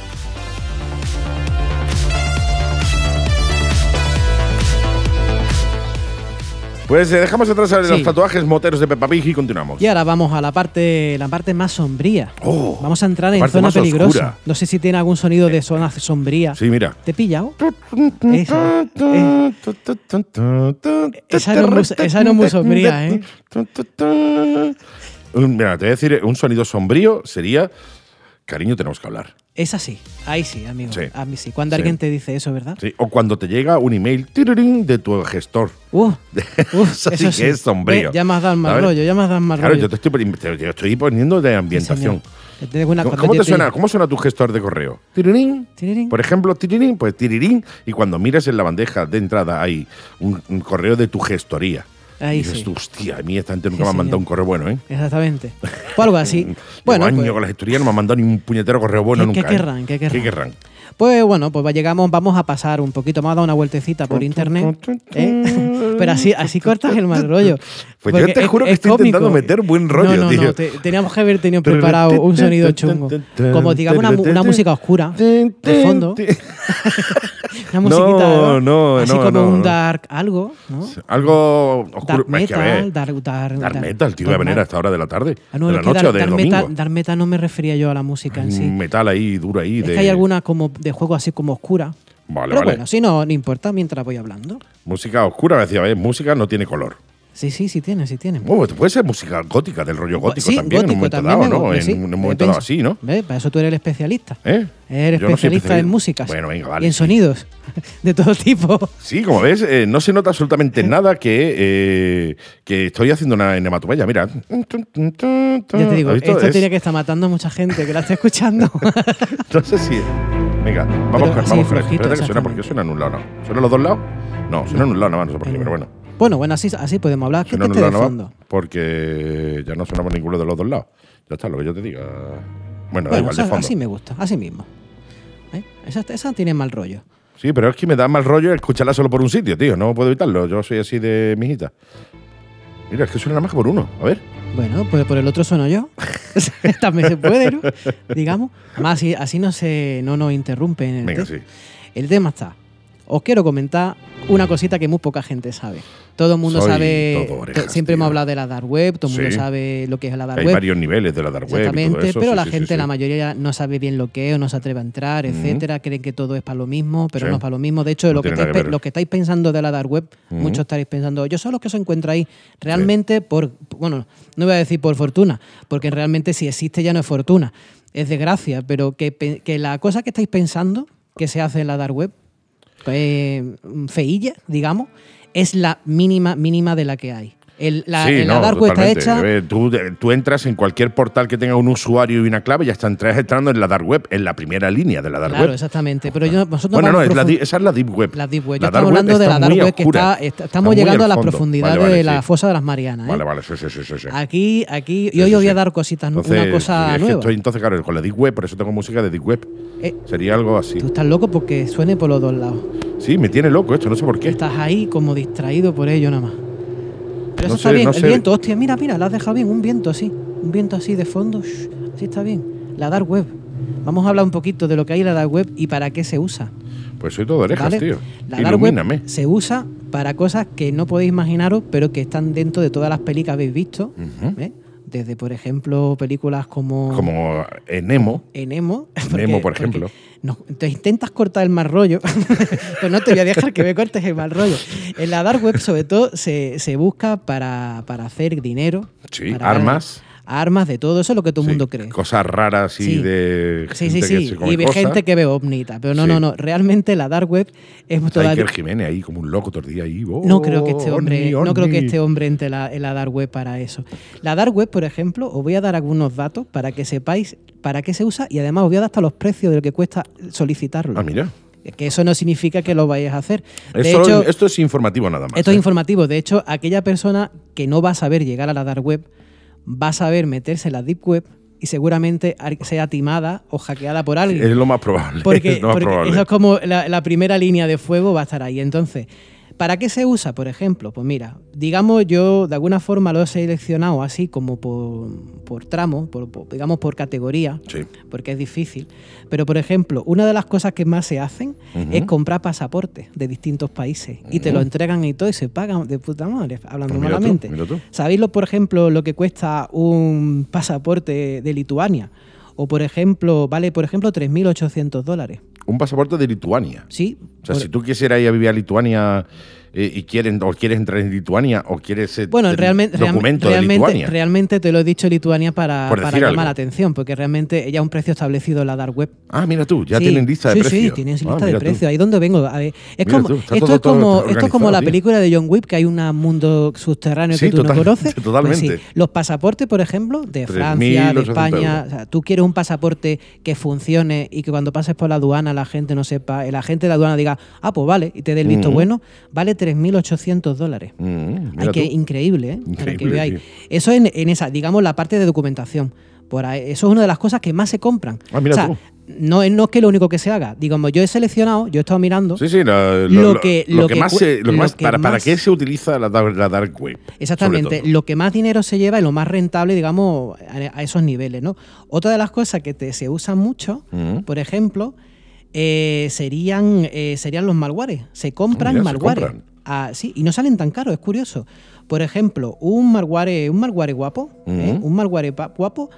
B: Pues eh, dejamos atrás a los
C: Sí.
B: tatuajes moteros de Peppa Pig y continuamos.
C: Y ahora vamos a la parte, la parte más sombría.
B: Oh,
C: vamos a entrar
B: la
C: en
B: parte
C: zona
B: más
C: peligrosa.
B: oscura.
C: No sé si tiene algún sonido de zona sombría.
B: Sí, mira.
C: ¿Te he pillado? Esa, eh. Esa no es muy- esa no es muy sombría, ¿eh?
B: Un- Mira, te voy a decir, un sonido sombrío sería... Cariño, tenemos que hablar.
C: Esa sí. Ahí sí, amigo.
B: Sí.
C: A mí sí.
B: Sí.
C: Cuando alguien te dice eso, ¿verdad?
B: Sí, O cuando te llega un email tirirín, de tu gestor.
C: Uh, uh,
B: Eso sí que es sombrío.
C: Ve, Eh, Ya me has dado mal
B: ¿Sabes?
C: rollo, ya me has dado mal
B: Claro,
C: rollo.
B: yo te estoy, poni- te- te estoy poniendo de ambientación.
C: Sí, señor. Que tienes una
B: ¿Cómo,
C: cuando
B: cómo te
C: yo
B: suena, ¿Cómo suena tu gestor de correo? Tirirín.
C: Tirirín.
B: Por ejemplo, tirirín, pues tirirín. Y cuando miras en la bandeja de entrada hay un, un correo de tu gestoría.
C: Ahí
B: y dices
C: sí.
B: tú, hostia, a mí esta gente
C: Sí,
B: nunca me ha mandado
C: señor.
B: un correo bueno, ¿eh?
C: Exactamente. O algo así.
B: Bueno,
C: bueno,
B: año
C: pues,
B: con la gestoría no me ha mandado ni un puñetero correo bueno
C: ¿Qué- qué
B: nunca. ¿eh?
C: querrán? ¿Qué querrán?
B: ¿Qué querrán?
C: pues bueno, pues va- llegamos, vamos a pasar un poquito, vamos a dar una vueltecita por internet. ¿eh? Pero así, así cortas el mal rollo.
B: Pues yo
C: Porque
B: te juro que estoy intentando meter buen rollo,
C: No, no,
B: tío.
C: no, te- teníamos que haber tenido preparado un sonido chungo. Como digamos una, mu- una música oscura, de fondo. Una musiquita.
B: No, no,
C: Así
B: no,
C: como
B: no,
C: un
B: no.
C: dark algo, ¿no?
B: Algo oscuro.
C: Dark
B: Es que, a ver,
C: metal, dark, dark,
B: Dar metal, tío, de
C: dark
B: venir a
C: metal.
B: esta hora de la tarde.
C: Ah, no,
B: de
C: es
B: la
C: que
B: noche
C: dar-
B: o del
C: dar
B: domingo.
C: metal, dar metal no me refería yo a la música en sí.
B: Un metal ahí, duro ahí.
C: Es
B: de...
C: que hay alguna como de juego así como oscura.
B: Vale,
C: Pero
B: vale.
C: bueno, si no, no importa mientras voy hablando.
B: Música oscura, me decía, ¿ves? música no tiene color.
C: Sí, sí, sí tiene, sí tiene.
B: Bueno, pues puede ser música gótica, del rollo Oh, gótico
C: sí,
B: también, en un momento
C: gótico también
B: dado,
C: me
B: ¿no?
C: gusta,
B: En
C: sí,
B: un
C: me
B: momento dado
C: pienso.
B: así, ¿no?
C: ¿Ves? Para eso tú eres el especialista.
B: ¿Eh?
C: Eres
B: Yo no soy
C: especialista en
B: especialista.
C: músicas.
B: Bueno, venga,
C: Y
B: vale.
C: en sonidos de todo tipo.
B: Sí, como ves, eh, no se nota absolutamente nada que, eh, que estoy haciendo una enematopeya. Mira.
C: Ya
B: Ya
C: te digo, esto tiene que estar matando a mucha gente que la está escuchando.
B: No sé si. Venga, vamos
C: Pero
B: con, vamos
C: así,
B: con esto.
C: flojito,
B: Espérate que suena
C: exactamente.
B: porque suena en un lado, ¿no? ¿Suena en los dos lados? No, suena en un lado nada más, no sé por
C: Eh.
B: qué, pero bueno.
C: bueno, bueno, así, así podemos hablar. ¿Qué
B: Suena en
C: te
B: un
C: de
B: lado nada
C: fondo?
B: más porque ya no suena por ninguno de los dos lados. Ya está, lo que yo te diga. Bueno, da
C: Bueno,
B: igual, de
C: esa-
B: fondo.
C: así me gusta, así mismo. ¿Eh? Esa, esa tiene mal rollo.
B: Sí, pero es que me da mal rollo escucharla solo por un sitio, tío. No puedo evitarlo. Yo soy así de mijita. Mira, es que suena nada más que por uno. A ver.
C: Bueno, pues por el otro sueno yo. También se puede, ¿no? Digamos. Más así, así no se no nos interrumpen. en el
B: Venga,
C: texto.
B: sí.
C: El tema está. Os quiero comentar una cosita que muy poca gente sabe. Todo el mundo
B: Soy
C: sabe.
B: todo orejas,
C: to- siempre
B: tío.
C: hemos hablado de la dark web, todo el mundo
B: Sí.
C: sabe lo que es la dark
B: Hay
C: web.
B: varios niveles de la dark web y todo
C: Exactamente,
B: eso.
C: pero
B: sí,
C: la
B: sí, sí,
C: gente,
B: sí.
C: la mayoría ya no sabe bien lo que es o no se atreve a entrar,
B: Ujú.
C: etcétera. Creen que todo es para lo mismo, pero
B: Sí.
C: no es para lo mismo. De hecho,
B: No
C: lo, que
B: tiene nada
C: estáis,
B: que
C: pe-
B: ver.
C: lo que estáis pensando de la dark web,
B: Ujú.
C: muchos estaréis pensando, yo soy los que se encuentra ahí. Realmente, por, bueno, no voy a decir por fortuna, porque realmente si existe ya no es fortuna, es desgracia, pero que, pe- que la cosa que estáis pensando que se hace en la dark web, eh, feilla, digamos, es la mínima, mínima de la que hay. El- la,
B: Sí,
C: la
B: no,
C: dark web está
B: totalmente.
C: hecha.
B: Eh, Tú, eh, tú entras en cualquier portal que tenga un usuario y una clave y ya está- estás entrando en la dark web, en la primera línea de la dark
C: Claro,
B: web.
C: exactamente. Pero yo, nosotros
B: Bueno, no,
C: vamos
B: es la
C: profund-
B: di- esa es la deep web.
C: la deep web. Yo
B: La
C: estamos
B: dark
C: hablando de la
B: está
C: dark
B: muy
C: web que
B: oscura.
C: está, está- estamos
B: muy
C: llegando a
B: al
C: la
B: fondo.
C: profundidad
B: Vale, vale,
C: de la
B: sí.
C: fosa de las Marianas. ¿eh?
B: Vale, vale, sí, sí, sí, sí, sí.
C: Aquí, aquí,
B: Sí,
C: y hoy
B: sí,
C: os voy a
B: sí.
C: dar cositas, una
B: Entonces,
C: cosa
B: es que
C: nueva.
B: estoy entonces, claro, con la deep web, por eso tengo música de deep web.
C: Eh,
B: Sería algo así.
C: tú estás loco porque suene por los dos lados.
B: Sí, me tiene loco esto, no sé por qué.
C: Estás ahí como distraído por ello nada más. Pero eso
B: No
C: está
B: sé,
C: bien,
B: no
C: el
B: sé.
C: viento, hostia, mira, mira, la has dejado bien, un viento así, un viento así de fondo, shh, así está bien. La dark web. Vamos a hablar un poquito de lo que hay en la dark web y para qué se usa.
B: Pues soy todo orejas,
C: ¿vale?
B: tío.
C: La dark web
B: Ilumíname.
C: se usa para cosas que no podéis imaginaros, pero que están dentro de todas las películas que habéis visto.
B: Ujú.
C: ¿eh? Desde, por ejemplo, películas como,
B: Como Enemo.
C: Enemo.
B: Nemo, por ejemplo.
C: no, te intentas cortar el mal rollo, pero no te voy a dejar que me cortes el mal rollo. En la dark web, sobre todo, se, se busca para, para hacer dinero.
B: Sí,
C: para-
B: armas.
C: a armas, de todo. Eso es lo que todo el
B: Sí,
C: mundo cree.
B: Cosas raras y
C: Sí.
B: de.
C: Sí, sí,
B: gente que
C: sí.
B: se come
C: Y ve
B: cosas.
C: gente que ve ovnita. Pero no,
B: Sí.
C: no, no. Realmente la dark web es
B: Está
C: todavía.
B: Iker Jiménez ahí como un loco todo el día ahí. oh,
C: No creo que este hombre,
B: ovni,
C: no creo que
B: ovni.
C: este hombre entre la, en la dark web para eso. La dark web, por ejemplo, os voy a dar algunos datos para que sepáis para qué se usa y además os voy a dar hasta los precios de lo que cuesta solicitarlo.
B: Ah, mira.
C: Que eso no significa que lo vayáis a hacer. De
B: Es solo-
C: hecho,
B: esto es informativo nada más.
C: esto es
B: ¿eh?
C: informativo. De hecho, aquella persona que no va a saber llegar a la dark web va a saber meterse en la deep web y seguramente ar- sea timada o hackeada por alguien.
B: Es lo más probable.
C: Porque,
B: es lo más
C: porque
B: probable.
C: eso es como la, la primera línea de fuego va a estar ahí. Entonces, ¿para qué se usa, por ejemplo? Pues mira, digamos yo de alguna forma lo he seleccionado así como por, por tramo, por- por- digamos por categoría,
B: Sí.
C: porque es difícil. Pero, por ejemplo, una de las cosas que más se hacen
B: Ujú.
C: es comprar pasaportes de distintos países y te lo
B: Ujú.
C: entregan y todo y se pagan de puta madre, hablando
B: Pues mira tú,
C: malamente.
B: mira tú.
C: ¿Sabéis, lo, por ejemplo, lo que cuesta un pasaporte de Lituania? O, por ejemplo, vale, por ejemplo, 3.800 dólares.
B: Un pasaporte de Lituania.
C: Sí.
B: O sea,
C: por-
B: si tú quisieras ir a vivir a Lituania eh, y quieren, o quieres entrar en Lituania o quieres eh,
C: bueno,
B: tener
C: realmente, realme-
B: documento de
C: realmente,
B: Lituania.
C: realmente te lo he dicho Lituania para,
B: Por
C: para
B: decir
C: llamar
B: algo.
C: la atención, porque realmente ya es un precio establecido en la dark web.
B: ah, mira tú, ya
C: Sí,
B: tienen lista de
C: sí,
B: precios.
C: Sí, tienen
B: Ah,
C: lista de
B: mira tú.
C: precios. Ahí donde vengo. A ver, es
B: Mira
C: como,
B: tú, está
C: esto,
B: todo-
C: es
B: todo
C: como, esto es
B: organizado,
C: como la
B: tío.
C: película de John Wick, que hay un mundo subterráneo
B: Sí,
C: que tú
B: totalmente,
C: no conoces. Pues sí,
B: totalmente.
C: los pasaportes, por ejemplo, de Francia, de
B: 3.800
C: España. o sea, tú quieres un pasaporte que funcione y que cuando pases por la aduana la gente no sepa, el agente de la aduana diga, ah, pues vale, y te dé el visto
B: Ujú.
C: bueno, vale 3.800 dólares.
B: Mm, mira
C: Ay, qué
B: tú.
C: increíble, ¿eh? Para que
B: Increíble,
C: veáis.
B: sí.
C: Eso en, en esa, digamos, la parte de documentación. Por ahí- eso es una de las cosas que más se compran.
B: Ah, mira
C: o sea,
B: tú.
C: No, es- no es que lo único que se haga. Digamos, yo he seleccionado, yo he estado mirando.
B: Sí, sí, lo,
C: lo que-
B: lo
C: lo
B: que
C: que
B: más
C: cu-
B: se- lo que
C: lo
B: más-
C: que
B: para, ¿Para
C: más-
B: qué se utiliza la, dar- la Dark Web? sobre
C: Exactamente,
B: todo?
C: lo que más dinero se lleva y lo más rentable, digamos, a, a esos niveles, ¿no? Otra de las cosas que te- se usan mucho,
B: Mm.
C: por ejemplo, eh, serían, eh, serían los malwares. Se compran
B: Mira, se
C: malwares.
B: compran.
C: Ah, sí, y no salen tan caros, es curioso. Por ejemplo, un malware, un malware guapo, ¿eh?
B: Ujú.
C: un malware pa- guapo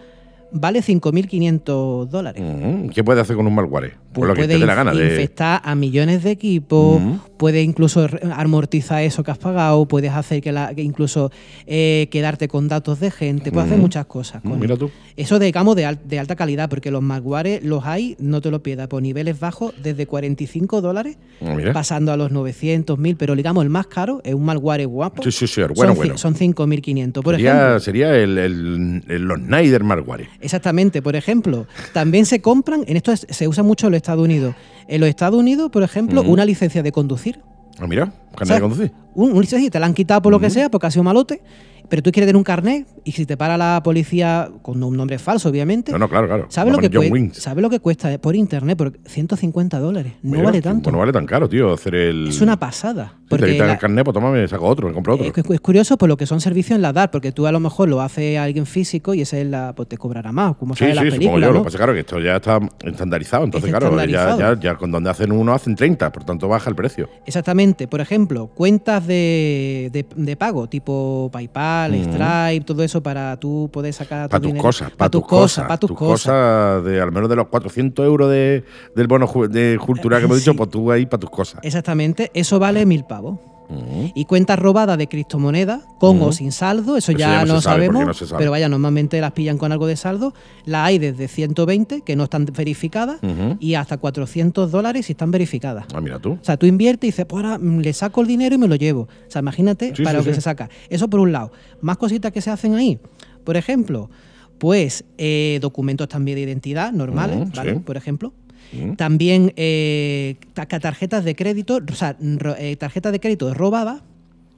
C: vale 5.500 dólares.
B: Mm, ¿Qué puede hacer con un malware? Pues lo que te
C: Pues, eh, puede
B: dé la
C: inf-
B: gana. De, Mm.
C: infectar a millones de equipos,
B: Ujú.
C: puede incluso re- amortizar eso que has pagado, puedes hacer que, la, que incluso eh, quedarte con datos de gente, puedes hacer
B: Ujú.
C: muchas cosas.
B: Mm,
C: con
B: mira
C: él.
B: tú.
C: Eso digamos de, al- de alta calidad, porque los malwares los hay, no te lo pierdas, por niveles bajos, desde 45 dólares,
B: Ah, mira.
C: pasando a los 900, 1000, pero digamos el más caro es un malware guapo.
B: Sí, sí, sí, el
C: son
B: bueno,
C: ci-
B: bueno.
C: Son 5.500, por
B: Sería,
C: ejemplo.
B: sería el, el- el- los Snyder malware.
C: Exactamente, por ejemplo, también se compran, en esto es- se usa mucho en los Estados Unidos. En los Estados Unidos, por ejemplo,
B: Ujú.
C: una licencia de conducir.
B: Ah, mira,
C: O
B: carnet
C: sea,
B: de conducir.
C: Un, una licencia, te la han quitado por lo que
B: Ujú.
C: sea, porque ha sido malote, pero tú quieres tener un carnet y si te para la policía con un nombre falso, obviamente.
B: No, no, claro, claro.
C: ¿Sabes
B: Va
C: lo,
B: a
C: que
B: poner John
C: cue-
B: Wings.
C: ¿Sabe lo que cuesta eh, por internet? Por 150 dólares. No
B: Mira,
C: vale tanto.
B: pues no vale tan caro, tío, hacer el...
C: Es una pasada.
B: Si te
C: Porque
B: quitas
C: la-
B: el carnet, pues toma, me saco otro, me compro otro.
C: es, cu- es curioso por lo que son servicios en la DAR, porque tú a lo mejor lo hace alguien físico y ese es la, pues te cobrará más, como
B: Sí,
C: sabes
B: sí,
C: las
B: supongo
C: películas.
B: yo. Lo
C: ¿no?
B: que pasa es claro, que esto ya está estandarizado. Entonces,
C: Está
B: claro, ya,
C: estandarizado.
B: ya, ya con donde hacen uno, hacen 30. Por tanto, baja el precio.
C: Exactamente, por ejemplo, cuentas de, de- de pago, tipo PayPal,
B: Ujú.
C: Stripe, todo eso para tú poder sacar
B: Para
C: tu
B: tus
C: dinero.
B: cosas,
C: Pa'
B: para tus cosas.
C: pa'
B: Para tus cosas, de al menos de los 400 euros de, del bono ju- de cultura que hemos
C: Eh, Sí.
B: dicho, pues tú ahí para tus cosas.
C: Exactamente, eso vale mil pavos.
B: Mm.
C: Y cuentas robadas de criptomonedas, con
B: Ujú.
C: o sin saldo, eso,
B: Eso
C: ya,
B: ya no se
C: no
B: sabe, porque
C: sabemos,
B: no se sabe.
C: pero vaya, normalmente las pillan con algo de saldo. Las hay desde 120, que no están verificadas,
B: Ujú.
C: y hasta 400 dólares si están verificadas.
B: Ah, mira tú.
C: O sea, tú inviertes y dices, pues ahora mm, le saco el dinero y me lo llevo. O sea, imagínate
B: Sí,
C: para
B: sí,
C: lo
B: sí.
C: que se saca. Eso por un lado. Más cositas que se hacen ahí. Por ejemplo, pues eh, documentos también de identidad normales,
B: Ujú,
C: ¿vale?
B: sí.
C: Por ejemplo.
B: Mm.
C: También eh, ta- ca- tarjetas de crédito, o sea, ro- eh, tarjetas de crédito robadas,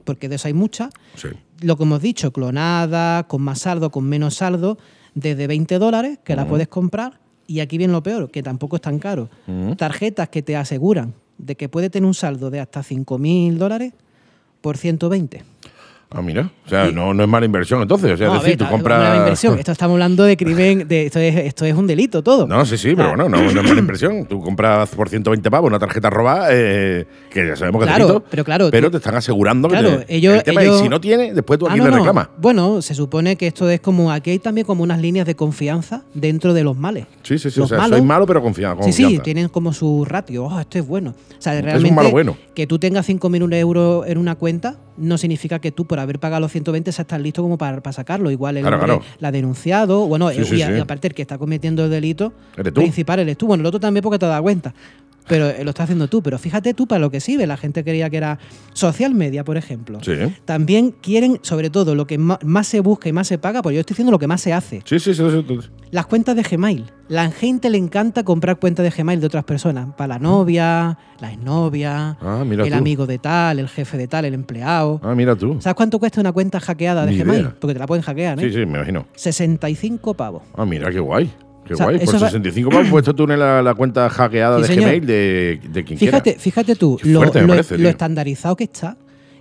C: porque de eso hay muchas.
B: Sí.
C: Lo que hemos dicho, clonadas, con más saldo, con menos saldo, desde 20 dólares, que las
B: Ujú.
C: puedes comprar. Y aquí viene lo peor, que tampoco es tan caro
B: Mm.
C: tarjetas que te aseguran de que puede tener un saldo de hasta 5.000 dólares por 120.
B: Ah, mira. O sea,
C: Y-
B: no, no es mala inversión entonces. O sea,
C: No,
B: es
C: a
B: decir,
C: ver,
B: tú
C: ta-
B: compras.
C: Ah, una inversión. Esto estamos hablando de crimen, de, esto, es, esto es un delito todo.
B: No, sí, sí, pero
C: Ah,
B: bueno, no, no es mala inversión. Tú compras por 120 pavos una tarjeta robada, eh, que ya sabemos que
C: Claro,
B: es delito,
C: pero claro,
B: Pero
C: tú-
B: te están asegurando
C: Claro,
B: que te-
C: ellos-
B: el tema es,
C: ellos-
B: si no tiene, después tú
C: Ah,
B: aquí
C: no,
B: le
C: no.
B: reclamas.
C: Bueno, se supone que esto es como, aquí hay también como unas líneas de confianza dentro de los males.
B: Sí, sí, sí.
C: Los
B: o sea,
C: malos-
B: soy malo, pero confía,
C: Sí,
B: confianza.
C: sí, tienen como su ratio. Oh, esto es bueno. O sea,
B: un
C: realmente
B: malo bueno.
C: que tú tengas 5.000 euros en una cuenta no significa que tú, por haber pagado los 120, seas tan listo como para, para sacarlo. Igual el
B: Claro,
C: hombre
B: claro.
C: la ha denunciado, bueno,
B: Sí,
C: y,
B: sí,
C: y a-
B: sí.
C: y aparte el que está cometiendo el delito
B: Eres tú.
C: principal eres tú. Bueno, el otro también porque te das cuenta. Pero eh, lo está haciendo tú. Pero fíjate tú para lo que sirve. La gente creía que era social media, por ejemplo.
B: Sí, ¿eh?
C: También quieren, sobre todo, lo que ma- más se busca y más se paga, porque yo estoy diciendo lo que más se hace.
B: sí, sí, sí, sí, sí.
C: Las cuentas de Gmail. La gente le encanta comprar cuentas de Gmail de otras personas. Para la novia, la exnovia,
B: Ah, mira
C: el
B: tú.
C: amigo de tal, el jefe de tal, el empleado.
B: Ah, mira tú.
C: ¿Sabes cuánto cuesta una cuenta hackeada de
B: Ni
C: Gmail?
B: idea.
C: Porque te la pueden hackear, ¿eh?
B: Sí, sí, me imagino.
C: 65 pavos.
B: Ah, mira, qué guay. Qué
C: O sea,
B: guay. Por
C: eso va-
B: 65 me has puesto pues tú en la, la cuenta hackeada
C: Sí,
B: de
C: señor.
B: Gmail de, de quien
C: Fíjate,
B: quiera.
C: fíjate tú,
B: Qué
C: lo,
B: fuerte me
C: lo-
B: parece,
C: lo
B: tío.
C: estandarizado que está,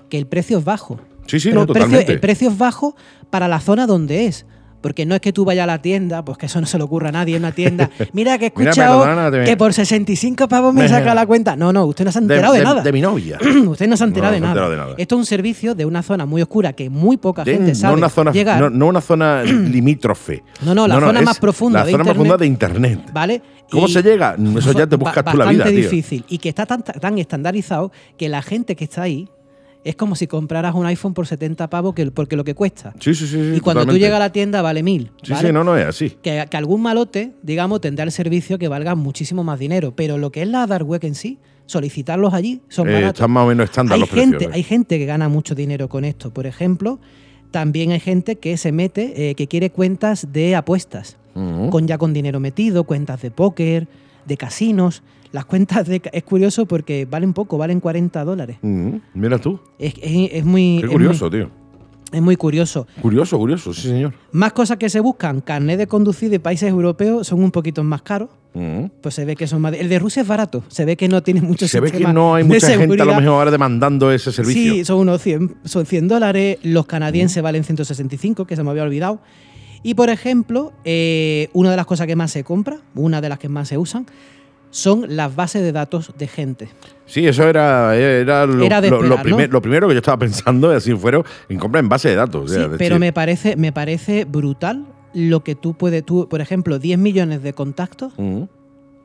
C: que el precio es bajo.
B: Sí, sí, no,
C: Pero el, precio,
B: totalmente.
C: el precio es bajo para la zona donde es. Porque no es que tú vayas a la tienda, pues que eso no se le ocurra a nadie en una tienda. Mira que he
B: Mira,
C: escuchado
B: perdónate.
C: que por 65 pavos me saca la cuenta. No, no, usted no se ha enterado de, nada.
B: de mi novia.
C: usted no se ha enterado,
B: No, no se ha
C: de, nada.
B: enterado de nada.
C: Esto es un servicio de una zona muy oscura que muy poca
B: De-
C: gente sabe
B: no una zona,
C: llegar.
B: no, no una zona limítrofe.
C: No, no, la zona
B: es
C: más profunda
B: La
C: de
B: zona más profunda
C: Internet.
B: de Internet.
C: ¿Vale?
B: ¿Cómo
C: Y
B: se llega? Eso ya te
C: ba-
B: buscas tú la vida,
C: bastante
B: tío.
C: difícil. Y que está tan, tan estandarizado que la gente que está ahí es como si compraras un iPhone por 70 pavos que, porque lo que cuesta.
B: Sí, sí, sí.
C: y cuando tú llegas a la tienda vale mil.
B: Sí,
C: ¿vale?
B: sí, no, no es así.
C: que, que algún malote, digamos, tendrá el servicio que valga muchísimo más dinero. Pero lo que es la dark web en sí, solicitarlos allí son
B: Eh,
C: baratos.
B: están más o menos estándar
C: Hay
B: los
C: gente,
B: precios. ¿eh?
C: hay gente que gana mucho dinero con esto. Por ejemplo, también hay gente que se mete, eh, que quiere cuentas de apuestas
B: Ujú.
C: con ya con dinero metido, cuentas de póker, de casinos. Las cuentas de ca- es curioso porque valen poco, valen 40 dólares.
B: Ujú. Mm. Mira tú.
C: Es, es- es muy
B: Qué
C: es
B: curioso, tío.
C: muy- es muy curioso.
B: Curioso, curioso, sí, señor.
C: Más cosas que se buscan, carnet de conducir de países europeos son un poquito más caros.
B: Ujú.
C: Pues se ve que son más. de- El de Rusia es barato, se ve que no tiene mucho
B: Mm. Se ve que
C: sistema
B: no hay
C: de
B: mucha gente a lo
C: seguridad.
B: mejor ahora demandando ese servicio.
C: Sí, son unos 100, son 100 dólares. Los canadienses valen 165, que se me había olvidado. Y por ejemplo, eh, una de las cosas que más se compra, una de las que más se usan, son las bases de datos de gente.
B: Sí, eso era, era, lo,
C: Era de
B: lo- lo
C: esperar, ¿no?
B: primer- lo primero que yo estaba pensando, así fueron, en compra en base de datos. o sea,
C: Sí,
B: es
C: pero
B: decir,
C: me parece, me parece brutal lo que tú puedes. Tú, por ejemplo, 10 millones de contactos.
B: Ujú.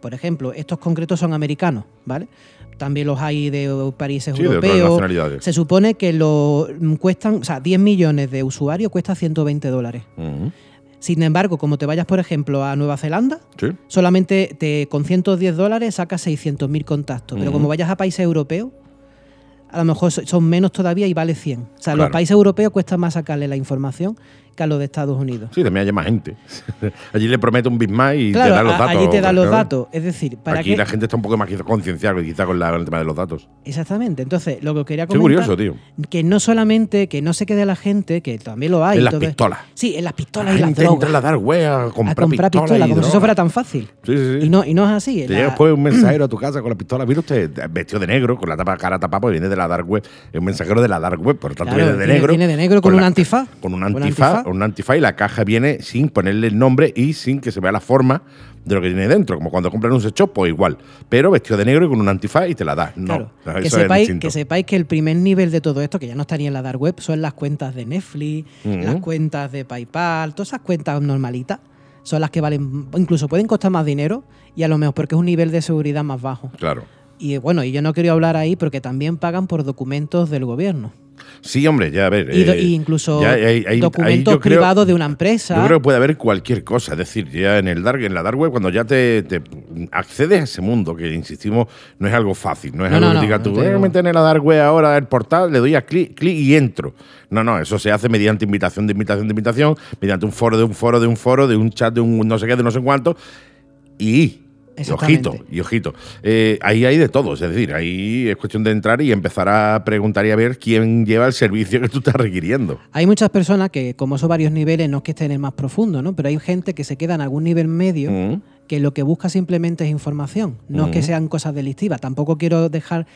C: Por ejemplo, estos concretos son americanos, ¿vale? También los hay de países
B: Sí, de otras
C: europeos.
B: nacionalidades.
C: Se supone que lo mm, cuestan, o sea, 10 millones de usuarios cuesta 120 dólares.
B: Ujú.
C: Sin embargo, como te vayas, por ejemplo, a Nueva Zelanda,
B: Sí.
C: solamente te, con 110 dólares sacas 600.000 contactos. Pero
B: Ujú.
C: como vayas a países europeos, a lo mejor so- son menos todavía y vale 100. O sea,
B: Claro.
C: los países europeos cuesta más sacarle la información que a los de Estados Unidos.
B: Sí, también hay más gente. Allí le promete un Big Mac y te da los
C: a-
B: datos.
C: allí te dan los
B: claro.
C: datos. Es decir, para
B: Aquí
C: que...
B: la gente está un poco más quizá concienciada quizá con, la- con el tema de los datos.
C: Exactamente. Entonces, lo que quería
B: Qué
C: comentar...
B: curioso, tío.
C: que no solamente que no se quede la gente, que también lo hay.
B: En las
C: entonces-
B: pistolas.
C: Sí, en las
B: La
C: pistolas y las
B: gente entra
C: drogas.
B: a la dar web a comprar,
C: a comprar
B: pistolas
C: pistolas,
B: y
C: como si eso fuera
B: drogas.
C: tan fácil.
B: Sí, sí, sí.
C: Y no, y no es así.
B: Te
C: la-
B: llega después un mensajero a tu casa con la pistola. Mira usted, vestido de negro, con la tapa, cara tapada, porque viene de la dark web. Es un mensajero de la dark web, por lo tanto
C: Claro,
B: viene de
C: tiene-
B: negro.
C: tiene de negro con un antifaz.
B: Con un
C: Con un
B: antifaz,
C: antifaz.
B: un antifaz, y la caja viene sin ponerle el nombre y sin que se vea la forma de lo que tiene dentro. Como cuando compran un sex shop, pues igual. Pero vestido de negro y con un antifaz y te la das. No,
C: claro.
B: eso
C: que,
B: es
C: sepáis,
B: distinto.
C: que sepáis que el primer nivel de todo esto, que ya no está ni en la dark web, son las cuentas de Netflix,
B: Ujú.
C: las cuentas de PayPal, todas esas cuentas normalitas. Son las que valen, incluso pueden costar más dinero y a lo mejor porque es un nivel de seguridad más bajo.
B: Claro.
C: Y eh, bueno, y yo no quiero hablar ahí porque también pagan por documentos del gobierno.
B: Sí, hombre, ya a ver.
C: y, do-
B: eh,
C: y incluso
B: ya hay- hay- hay-
C: documentos
B: yo creo-
C: privados de una empresa.
B: Yo creo que puede haber cualquier cosa, es decir, ya en el dark, en la dark web, cuando ya te, te accedes a ese mundo, que insistimos, no es algo fácil, no es
C: No,
B: algo
C: no,
B: que
C: no,
B: digas
C: no
B: tú, "Eh,
C: te
B: voy a
C: digo.
B: meter en la dark web ahora el portal, le doy a clic, clic y entro. No, no, eso se hace mediante invitación de invitación de invitación, mediante un foro de un foro de un foro, de un chat de un no sé qué, de no sé cuánto, y... y
C: Exactamente.
B: ojito, y ojito. Eh, ahí hay de todo, es decir, ahí es cuestión de entrar y empezar a preguntar y a ver quién lleva el servicio que tú estás requiriendo.
C: Hay muchas personas que, como son varios niveles, no es que estén en el más profundo, ¿no? Pero hay gente que se queda en algún nivel medio
B: Mm.
C: que lo que busca simplemente es información, no es que
B: Ujú.
C: sean cosas delictivas. Tampoco quiero dejar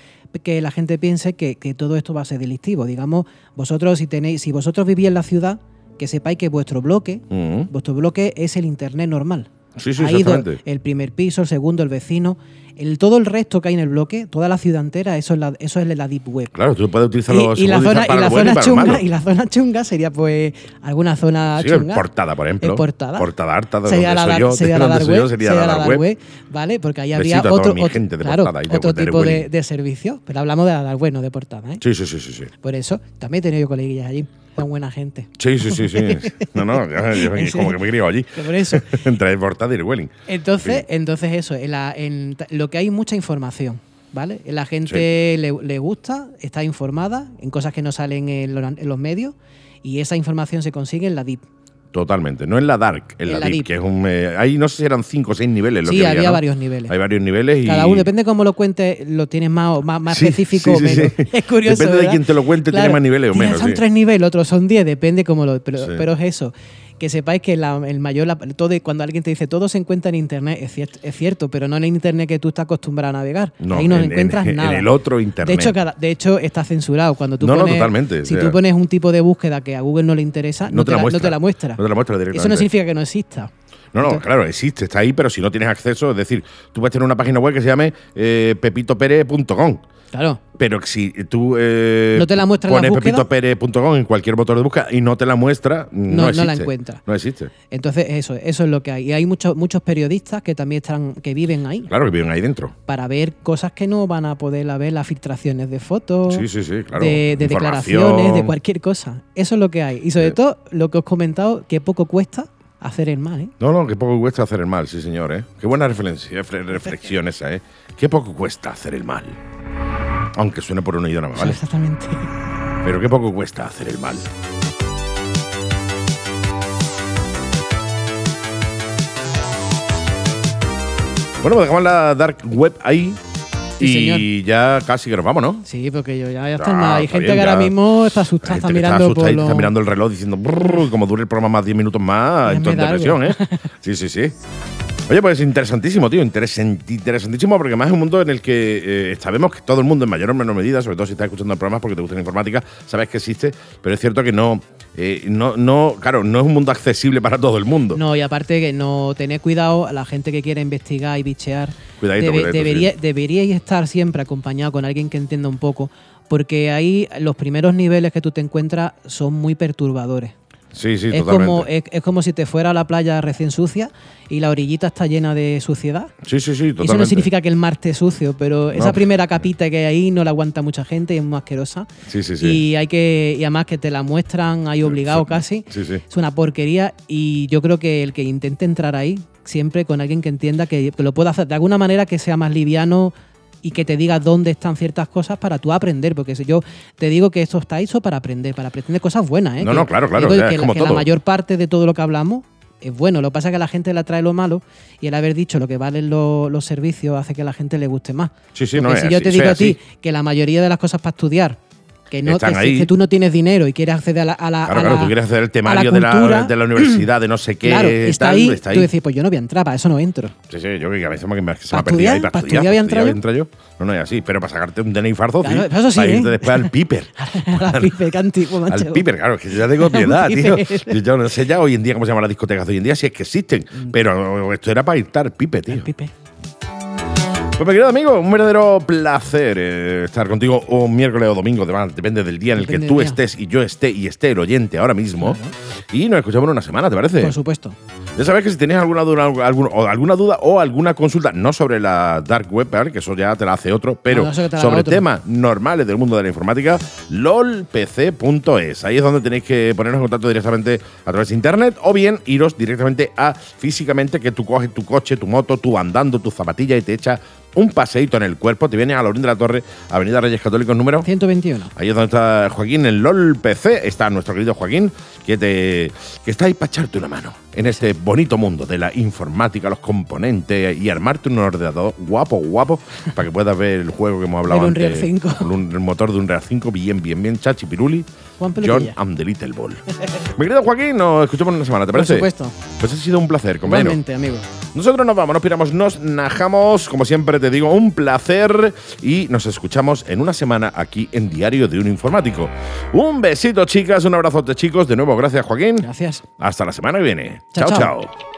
C: que la gente piense que, que todo esto va a ser delictivo. Digamos, vosotros si tenéis, si vosotros vivís en la ciudad, que sepáis que vuestro bloque,
B: Mm.
C: vuestro bloque es el internet normal.
B: Sí, sí,
C: Ahí do-
B: exactamente.
C: el primer piso, el segundo, el vecino. El, todo el resto que hay en el bloque, toda la ciudad entera, eso es la, eso es la Deep Web.
B: Claro, tú puedes utilizar
C: Y,
B: los
C: y la zona, y la zona chunga, y
B: y
C: la zona chunga sería pues alguna zona
B: Sí,
C: chunga.
B: portada, por ejemplo.
C: Eh, portada.
B: Portada harta, de donde
C: sería la
B: soy
C: dar-
B: yo,
C: sería
B: de
C: la
B: donde
C: dark
B: soy yo,
C: web,
B: sería la
C: sería la
B: dark web.
C: dark web, ¿vale? Porque ahí habría
B: Besito a toda
C: otro,
B: mi
C: otro-
B: gente de
C: claro,
B: portada y de
C: otro
B: web, de
C: tipo de,
B: Willy.
C: de servicio, pero hablamos de la dark web, no de portada, ¿eh?
B: Sí, sí, sí, sí, sí.
C: Por eso, también he tenido yo coleguillas allí, son buena gente.
B: Sí, sí, sí, sí. No, no, yo- yo- es como que me he criado allí.
C: Que Por eso.
B: Entre portada y Welling.
C: Entonces,
B: Sí.
C: entonces eso, en la- en ta- lo que hay mucha información, ¿vale? La gente le, le gusta, está informada en cosas que no salen en lo- en los, medios y esa información se consigue en la DIP.
B: Totalmente. No en la Dark, en, la, deep, que es un. eh, ahí no sé si eran cinco o seis niveles. Lo
C: Sí,
B: que
C: había,
B: ¿no?
C: varios niveles.
B: Hay varios niveles y.
C: Cada uno, depende cómo lo cuentes, lo tienes más, o- más, más
B: Sí,
C: específico
B: sí,
C: o
B: sí, sí.
C: menos. Es curioso.
B: Depende de
C: ¿verdad?
B: quién te lo cuente, tiene más niveles o
C: Mira,
B: menos,
C: Son
B: sí.
C: tres niveles, otros son diez, depende cómo lo. Pero,
B: Sí.
C: pero es eso. Que sepáis que la- el mayor. la- todo, cuando alguien te dice todo se encuentra en internet, es, cier- es cierto, pero no en el internet que tú estás acostumbrado a navegar.
B: No,
C: Ahí no
B: en- en-
C: encuentras
B: en
C: nada.
B: el otro internet.
C: De hecho, cada- de hecho está censurado. Cuando tú
B: No, no,
C: pones,
B: totalmente,
C: Si
B: o sea.
C: tú pones un tipo de búsqueda que a Google no le interesa, no, te la, no te la muestra.
B: No te la muestra directamente.
C: Eso no significa que no exista.
B: No, no,
C: Entonces-
B: claro, existe, está ahí, pero si no tienes acceso, es decir, tú puedes tener una página web que se llame eh, pepitopere.com.
C: Claro.
B: Pero si tú eh,
C: ¿No te la muestra en
B: pones
C: la búsqueda?
B: pepitopere.com en cualquier motor de búsqueda y no te la muestra, no,
C: No- no la
B: existe.
C: encuentra.
B: No existe.
C: Entonces, eso, eso es lo que hay. Y hay muchos, muchos periodistas que también están, que viven ahí
B: Claro que viven ahí dentro.
C: para ver cosas que no van a poder ver, las filtraciones de fotos,
B: Sí, sí, sí, claro.
C: Oh, de, de
B: Información.
C: declaraciones, de cualquier cosa. Eso es lo que hay. Y sobre
B: Eh.
C: todo, lo que os he comentado, que poco cuesta hacer el mal, ¿eh?
B: No, no, que poco cuesta hacer el mal, sí, señor, ¿eh? Qué buena reflexión, reflexión esa, ¿eh? Qué poco cuesta hacer el mal. Aunque suene por un idioma,
C: O sea,
B: ¿vale?
C: exactamente.
B: Pero qué poco cuesta hacer el mal. Bueno, pues dejamos la dark web ahí.
C: Sí,
B: y ya casi que nos vamos, ¿no?
C: Sí, porque yo ya, ya está
B: Ah,
C: mal. Hay
B: está
C: gente
B: bien,
C: que
B: ya.
C: ahora mismo está asustada,
B: Hay
C: está
B: gente que
C: mirando
B: asustada
C: por
B: y está
C: los-
B: mirando el reloj diciendo, "Brrr, como dure el programa más 10 minutos más,
C: Ya
B: esto es
C: me da
B: depresión, ¿eh?
C: algo.
B: Sí, sí, sí. Oye, pues interesantísimo, tío, interesant- interesantísimo, porque más es un mundo en el que eh, sabemos que todo el mundo, en mayor o menor medida, sobre todo si estás escuchando programas porque te gusta la informática, sabes que existe, pero es cierto que no, eh, no, no, claro, no es un mundo accesible para todo el mundo.
C: No, y aparte que no tener cuidado a la gente que quiera investigar y bichear.
B: Cuidadito, cuidadito,
C: debería- Deberíais estar siempre acompañado con alguien que entienda un poco, porque ahí los primeros niveles que tú te encuentras son muy perturbadores.
B: Sí, sí,
C: es,
B: totalmente.
C: como, es, es como si te fuera a la playa recién sucia y la orillita está llena de suciedad.
B: sí, sí, sí, totalmente.
C: Eso no significa que el mar esté sucio, pero esa primera capita que hay ahí no la aguanta mucha gente y es muy asquerosa.
B: Sí, sí, sí.
C: Y hay que, y además que te la muestran ahí obligado casi.
B: Sí, sí.
C: Es una porquería y yo creo que el que intente entrar ahí, siempre con alguien que entienda que, que lo pueda hacer de alguna manera que sea más liviano y que te diga dónde están ciertas cosas para tú aprender, porque si yo te digo que esto está hecho para aprender, para aprender cosas buenas. ¿eh?
B: No,
C: Que-
B: no, claro, claro,
C: digo
B: ya,
C: que,
B: es
C: la-
B: como
C: que la
B: todo.
C: mayor parte de todo lo que hablamos es bueno, lo que pasa es que la gente le atrae lo malo y el haber dicho lo que valen lo- los servicios hace que a la gente le guste más.
B: Sí, sí, no
C: Porque
B: es
C: si yo
B: así,
C: te
B: eso
C: digo a
B: es
C: ti
B: así.
C: que la mayoría de las cosas para estudiar, que, no,
B: Están
C: que si-
B: ahí.
C: que tú no tienes dinero y quieres acceder a la, a la-
B: Claro,
C: a
B: claro,
C: la-
B: tú quieres hacer el
C: a la
B: temario de la,
C: cultura,
B: de la universidad, de no sé qué,
C: claro, está,
B: tal,
C: ahí,
B: está
C: Tú
B: ahí.
C: decís, pues yo no voy a entrar, para eso no entro.
B: Sí, sí, yo que a veces me, me- se me
C: ¿Para
B: ha perdido ahí
C: estudiar?
B: para estudiar.
C: ¿Para estudiar había
B: para
C: entrado
B: estudiar había entrado yo. No, no es así, pero para sacarte un DNI farzo,
C: Claro,
B: sí,
C: eso sí,
B: para
C: ¿eh?
B: irte después al piper.
C: Al pipe, que antiguo, macho.
B: al piper, claro, que ya tengo piedad, tío.
C: piper. Mm.
B: Yo ya no sé ya hoy en día cómo se llaman las discotecas de hoy en día, si es que existen, pero esto era para irte al pipe, tío.
C: Al pipe.
B: Pues mi querido amigo, un verdadero placer eh, estar contigo o miércoles o domingo, además, depende del día en el
C: Depende
B: que tú
C: del día.
B: estés y yo esté y esté el oyente ahora mismo. Y nos escuchamos en una semana, ¿te parece?
C: Por supuesto.
B: Ya sabes que si tenéis alguna duda, algún- o alguna duda o alguna consulta, no sobre la dark web, ¿vale? que eso ya te la hace otro, pero
C: No, no, eso que te la haga
B: sobre
C: otro.
B: temas normales del mundo de la informática, lolpc.es. Ahí es donde tenéis que ponernos en contacto directamente a través de internet o bien iros directamente a físicamente que tú coges tu coche, tu moto, tu andando, tu zapatilla y te echas un paseíto en el cuerpo. Te vienes a la orilla de la torre, Avenida Reyes Católicos número
C: 121.
B: Ahí es donde está Joaquín, en LOL PC. Está nuestro querido Joaquín, que, te, que está ahí para echarte una mano en este bonito mundo de la informática, los componentes y armarte un ordenador guapo, guapo, para que puedas ver el juego que hemos hablado
C: El Unreal
B: antes.
C: 5.
B: El un- el motor de un Real 5, bien, bien, bien. Chachi Piruli,
C: Juan
B: John
C: Pelotilla.
B: and the Little Ball. Mi querido Joaquín, nos escuchamos en una semana, ¿te parece?
C: supuesto.
B: Pues ha sido un placer, compañero.
C: Igualmente, amigo.
B: Nosotros nos vamos, nos piramos, nos najamos. Como siempre te digo, un placer. Y nos escuchamos en una semana aquí en Diario de un Informático. Un besito, chicas, un abrazote, chicos. De nuevo, gracias, Joaquín.
C: Gracias.
B: Hasta la semana que viene.
C: Chao,
B: chao.
C: chao.
B: chao.